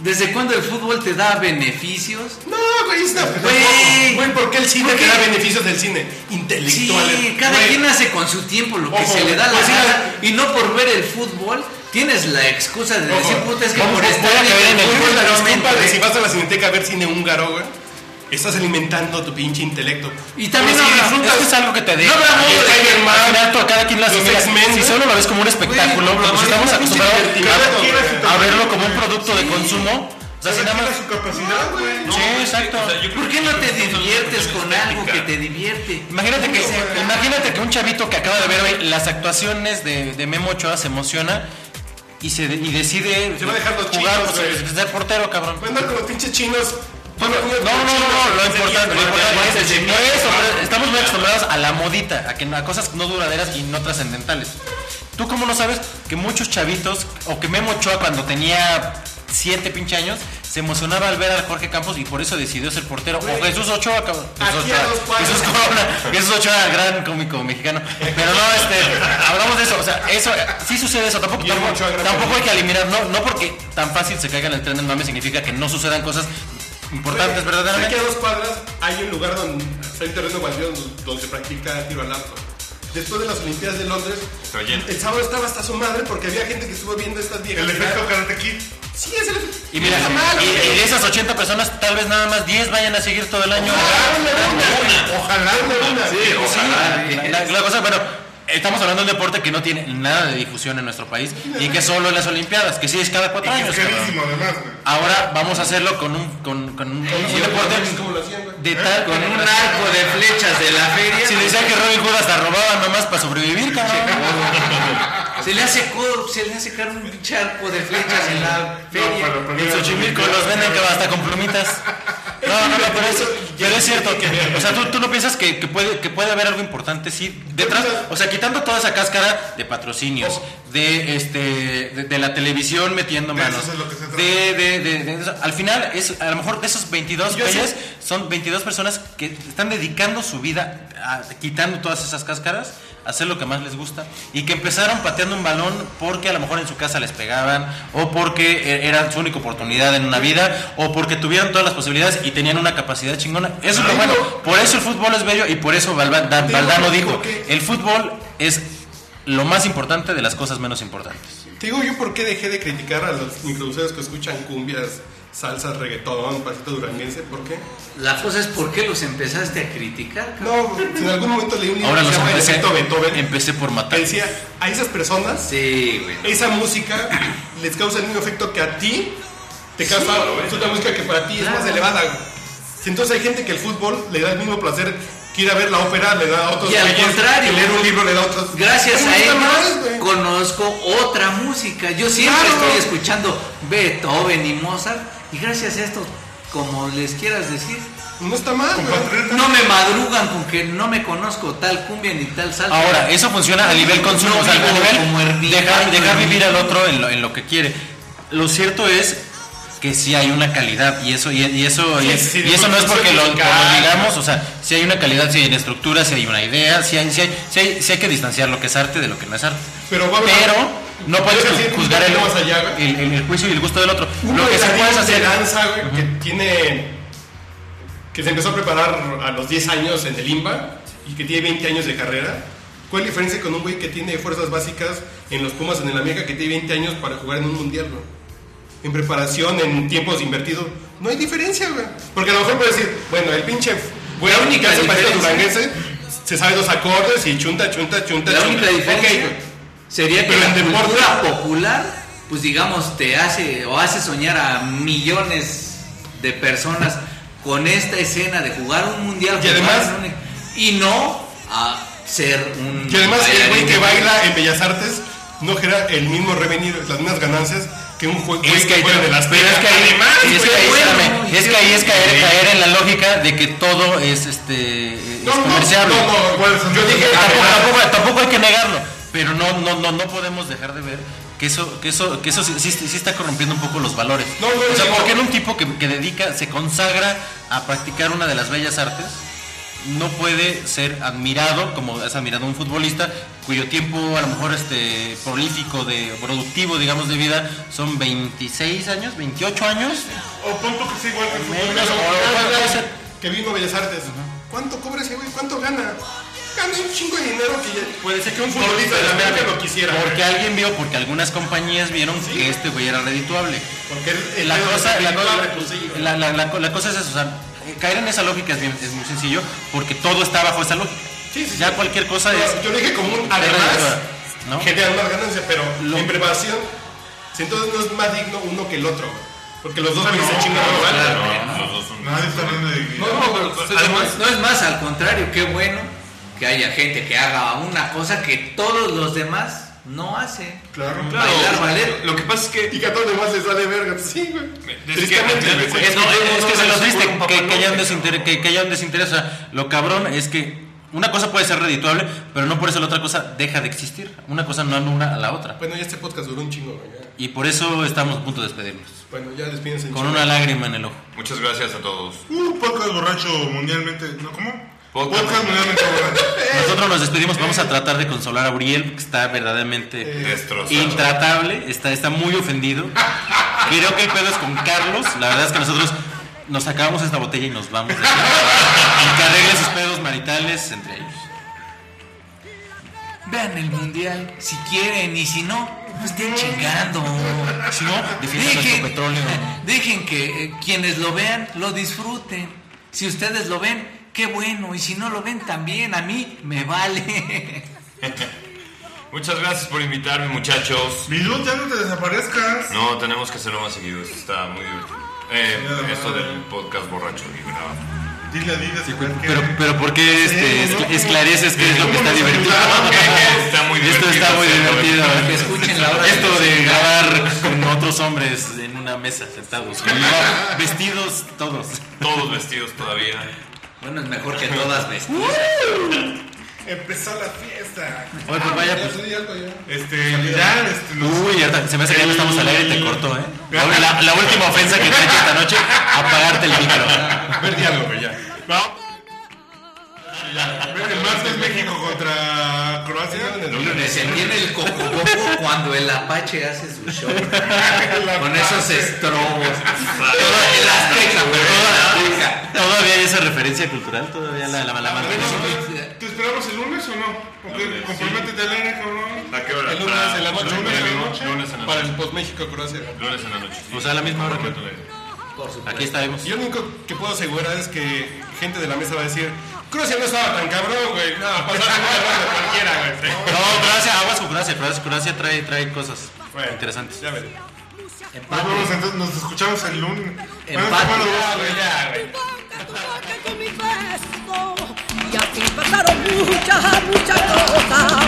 D: ¿Desde cuándo el fútbol te da beneficios?
B: No, güey, es una-
D: Güey.
B: Güey, ¿por qué el cine
D: ¿Por
B: te
D: qué?
B: da beneficios del cine? Intelectuales.
D: Sí, cada
B: Güey,
D: quien hace con su tiempo lo que
B: Ojo,
D: se le da la
B: pues, sí,
D: gana y no por ver el fútbol tienes la excusa de decir puta es que
B: Vamos,
D: por
B: voy
D: estar
B: a caer en el
D: fútbol
B: fútbol, la
D: no me
B: disculpa de
D: interesa".
B: si vas a la cineteca a ver cine húngaro, güey. Estás alimentando tu pinche intelecto.
D: Y también
B: Pero si
D: habrá-
B: disfrutas-
A: Es que es algo que te deja.
B: No habrá modo de-
A: Al final, tú a cada quien lo
B: Los
A: asimila.
B: X-Men,
A: Si
B: ¿no?
A: solo lo ves como un espectáculo,
D: Güey,
A: pues
D: mamá,
A: estamos
D: es
A: acostumbrados
C: Cada quien a su
A: a, a
C: tamaño,
A: verlo como un producto de consumo. O sea, si nada
C: Cada quien
A: más.
C: a su capacidad, güey.
E: No,
A: Sí,
E: es que,
A: exacto.
E: o sea, yo creo
D: ¿Por
E: que
D: qué no te
E: nosotros
D: diviertes
E: tenemos
D: con
E: que
D: algo que te
E: practicar.
D: divierte?
A: Imagínate que, se- imagínate que un chavito que acaba de ver hoy las actuaciones de, de Memo Ochoa se emociona y, se, y decide
B: Se va a dejar los
A: jugar
B: chinos,
A: o sea,
B: güey.
A: ser portero, cabrón.
B: Voy a andar con los pinches chinos.
A: No, no, no, no, lo importante, lo importante es no eso, pero estamos muy acostumbrados a la modita, a que a cosas no duraderas y no trascendentales. ¿Tú cómo no sabes que muchos chavitos, o que Memo Ochoa cuando tenía siete pinche años, se emocionaba al ver a Jorge Campos y por eso decidió ser portero. O Jesús Ochoa, cabrón. Jesús
B: Aquí a
A: Ochoa.
B: dos cuadras.
A: Jesús Corona. Jesús Ochoa, gran cómico mexicano. Pero no, este, hablamos de eso. O sea, eso, eh, sí sucede eso. Tampoco, tampoco, tampoco hay que eliminar. No, no porque tan fácil se caiga en el tren del mame significa que no sucedan cosas importantes,
B: Aquí
A: verdaderamente.
B: a dos cuadras hay un lugar donde hay un terreno baldío donde se practica tiro al arco. Después de las Olimpiadas de Londres,
E: Está lleno.
B: el sábado estaba hasta su madre porque había gente que estuvo viendo estas viejas.
C: El efecto Karate Kid.
B: Sí, es el efecto.
A: Y mira,
B: Está mal,
A: y,
B: güey.
A: y de esas 80 personas, tal vez nada más 10 vayan a seguir todo el año. pues
B: Ojalá una, una.
E: Sí, ojalá.
A: La, la cosa, bueno, estamos hablando de un deporte que no tiene nada de difusión en nuestro país y que solo en las Olimpiadas, que sí es cada cuatro
C: Y que
A: años.
C: es
A: cabrón.
C: carísimo, además, güey.
A: Ahora vamos a hacerlo con un, con, con un, un deporte
B: ¿Cómo lo hacían, güey?
A: de tal
D: Con un arco de flechas de la feria.
A: Si decía que Robin Hood hasta robaba nomás para sobrevivir, cabrón.
D: Se le hace co- se le hace caer un pinche arco de flechas en la
C: No, pues
D: feria.
C: para poner
A: En
C: a-
A: Xochimilco los venden que hasta con plumitas. No, no, no, pero es, pero es cierto que, o sea, tú, tú no piensas que, que puede, que puede haber algo importante, sí, detrás,
C: Pues
A: o sea, quitando toda esa cáscara de patrocinios, de este, de, de la televisión metiendo
C: De eso
A: manos,
C: es lo que se trata.
A: de, de, de- de- de- al final, es, a lo mejor de esos 22 güeyes, son 22 personas que están dedicando su vida a- quitando todas esas cáscaras, a hacer lo que más les gusta y que empezaron pateando un balón porque a lo mejor en su casa les pegaban o porque eh, era su única oportunidad en una vida o porque tuvieron todas las posibilidades y tenían una capacidad chingona. Eso es lo bueno. Por eso el fútbol es bello y por eso Balba- Dan- Valdano dijo, el fútbol es lo más importante de las cosas menos importantes.
B: Te digo yo por qué dejé de criticar a los microbuseros que escuchan cumbias, salsas, reggaetón, pasito duranguense. ¿Por qué?
D: La cosa es por qué los empezaste a criticar. cabrón?
B: No, si en algún momento leí un
C: Ah.
B: libro
A: Ahora
B: que
A: los
B: se llama El
A: empecé,
B: efecto Beethoven,
A: empecé por
B: que
A: matar.
B: decía, a esas personas,
D: Sí, güey.
B: esa música les causa el mismo efecto que a ti te causa es una música que para ti es más elevada. Si entonces hay gente que el fútbol le da el mismo placer que ir a ver la ópera, le da a otros
D: Y al
B: güeyes,
D: contrario.
B: que leer un libro le da a otros.
D: Gracias
B: ¿Cómo
D: a
B: está mal,
D: ellos
B: güey?
D: conozco otra música. Yo siempre
B: Claro.
D: estoy escuchando Beethoven y Mozart. Y gracias a esto, como les quieras decir,
B: No está mal, güey.
D: no me madrugan con que no me conozco tal cumbia ni tal salsa.
B: Ah,
A: Ahora, eso funciona a nivel consumo,
D: No
A: o sea, a
D: vivo como
A: nivel
D: ermita,
A: dejar,
D: como
A: dejar vivir
D: ermita.
A: al otro en lo, en lo que quiere. Lo cierto es que sí hay una calidad y eso y, y eso y,
B: sí,
A: y eso no es porque lo,
B: musical.
A: como digamos, o sea, si hay una calidad, si hay una estructura, si hay una idea, si hay, si hay, si hay, si hay que distanciar lo que es arte de lo que no es arte.
B: Pero vamos a-
A: Pero no puedes
B: Deja decir,
A: juzgar
B: un
A: el,
B: poquito más allá, güey.
A: el, el- el juicio y el gusto del otro.
B: Un
A: Lo que sí puedes
B: bailarín de
A: hacer
B: danza, güey, que tiene. que se empezó a preparar a los 10 años en el IMBA y que tiene 20 años de carrera. ¿Cuál es la diferencia con un güey que tiene fuerzas básicas en los Pumas en el América que tiene 20 años para jugar en un mundial, güey? En preparación, en tiempos invertidos. No hay diferencia, güey. Porque a lo mejor puedes decir, bueno, el pinche. Güey,
D: única
B: que hace parecido
D: diferencia-
B: duranguense, se sabe los acordes y chunta, chunta, chunta,
D: La
B: chunta.
D: única diferencia
B: Ok, güey.
D: sería que
B: Pero
D: la
B: en deporte-
D: cultura popular, pues digamos, te hace o hace soñar a millones de personas con esta escena de jugar un mundial
B: Y
D: jugar
B: además-
D: en un- y no a ser un
B: Y además el güey
D: bailarín.
B: que baila en Bellas Artes no genera el mismo revenir, las mismas ganancias que un jue- güey
A: Es que ahí
B: juega
A: te-
B: de las
A: pero es que ahí-
B: Además,
A: y es que
B: güey,
A: ahí-
D: bueno,
A: espérame,
D: y
A: es que ahí es caer, caer en la lógica de que todo es este es
B: No, no,
A: comerciable.
B: no, no, yo dije "Ah,
A: tampoco,
B: además,
A: tampoco- tampoco hay que negarlo, pero no no no no podemos dejar de ver que eso que eso que eso sí, sí- sí está corrompiendo un poco los valores.
B: No, no,
A: o sea,
B: no.
A: ¿por qué en un tipo que, que dedica se consagra a practicar una de las bellas artes? No puede ser admirado como es admirado un futbolista cuyo tiempo a lo mejor este prolífico de productivo digamos de vida son 26 años, 28 años.
C: O punto que es igual que el fútbol.
A: Menos,
C: pero-
B: que vino a Bellas Artes. ¿Cuánto cobra ese güey? ¿Cuánto gana? Gana un chingo de dinero que ya- puede ser que un futbolista de la América lo quisiera. güey.
A: Porque alguien vio, porque algunas compañías vieron que este güey era redituable.
B: Porque él- él
A: La
B: era
A: cosa, la,
B: redituable,
A: cosa-
B: pues, sí, güey.
A: la- la- la co- la cosa es eso, o sea, caer en esa lógica es, bien- es muy sencillo, porque todo está bajo esa lógica.
B: Sí, sí,
A: ya
B: sí.
A: cualquier cosa
B: Pero
A: es...
B: Yo le dije como un
A: es
B: además
A: redituable, ¿no?
B: genera más ganancias, pero
A: Lo-
B: en preparación, si entonces no es más digno uno que el otro. güey. Porque los dos güeyes se chingan igual.
C: Nadie está hablando de dignidad.
D: Además, no es más, al contrario, qué bueno que haya gente que haga una cosa que todos los demás no hacen.
B: Claro,
D: Bailar ballet.
E: Lo que pasa es que.
B: Y que a todos los demás les sale verga. Sí, güey.
E: Es que,
B: Tristemente, güey.
A: Es, que- es que se los
E: diste
A: diste, que, que haya un desinter- que- que haya un desinterés. O sea, lo cabrón es que una cosa puede ser redituable, pero no por eso la otra cosa deja de existir. Una cosa no anula a la otra.
B: Bueno, ya este podcast duró un chingo, güey. ya.
A: Y por eso estamos a punto de despedirnos.
B: Bueno, ya despídense.
A: Con una lágrima en el ojo.
E: Muchas gracias a todos.
C: Uh, podcast borracho mundialmente. ¿No? ¿Cómo?
E: Podcast.
C: Podcast, mundialmente borracho.
B: Eh.
A: Nosotros nos despedimos, vamos a tratar de consolar a Uriel, que está verdaderamente
E: Destrozado.
A: intratable, está, está muy ofendido. Creo que hay pedos con Carlos, la verdad es que nosotros nos acabamos esta botella y nos vamos. de aquí. Y que arregle sus pedos maritales entre ellos.
D: Vean el mundial, si quieren y si no, no estén chingando.
A: Si no, defiendan nuestro petróleo.
D: dejen que eh, quienes lo vean lo disfruten. Si ustedes lo ven, qué bueno. Y si no lo ven también, a mí me vale.
E: Muchas gracias por invitarme, muchachos.
C: Mi luz, ya no te desaparezcas.
E: No, tenemos que hacerlo más seguido. Esto está muy divertido. Eh, esto del podcast borracho y bravo.
C: Dile a Adidas que ver qué-
A: Pero, pero ¿por qué este, escla- esclareces que es lo que está divertido?
E: Que está muy divertido.
A: Esto está muy
E: hacerlo.
A: divertido. ¿eh?
D: Que escuchen la hora de
A: Esto
D: los
A: de grabar con otros hombres en una mesa sentados, con igual- vestidos todos.
E: Todos vestidos todavía.
D: Bueno, es mejor que todas vestidas.
C: Empezó la fiesta.
A: Oye, pues vaya, pues.
C: Este, ya, este, nos-
A: Uy, ahorita se me hace que ya no estamos al aire y te cortó, ¿eh? La, la- la última ofensa que te he hecho esta noche, apagarte el micro.
C: Ver diálogo, güey, ya. Vamos. Ver el martes México contra Croacia.
D: Se viene el coco coco cuando el apache hace su show. Con esos estrobos. Todo el azteca, pero todo el azteca.
A: Todavía hay esa referencia cultural, todavía la, la, la mantenemos.
C: ¿Te esperamos el lunes o no? Ok,
E: lunes,
C: comprométete al aire, cabrón.
E: ¿A qué hora?
B: El lunes
E: Ah,
B: en la noche.
E: Lunes en la noche. Lunes en la
B: Para el
E: noche.
B: post México Croacia.
E: Lunes en la noche.
A: O sea, a la misma hora que-
E: Prometo leer.
A: Aquí estaremos.
B: Yo lo único que puedo asegurar es que gente de la mesa va a decir, Croacia no estaba tan cabrón, güey. No, pasó cualquiera, güey.
A: No, Croacia, aguas con Croacia, Croacia, Croacia trae, trae cosas interesantes.
B: Ya veré.
C: Nos vemos entonces, nos escuchamos el lunes. Bueno,
D: Empate.
C: bueno,
B: Ya, güey, ya, güey.
H: Tu boca, tu boca con mi beso. Y así pasaron muchas, muchas cosas. ah, ah,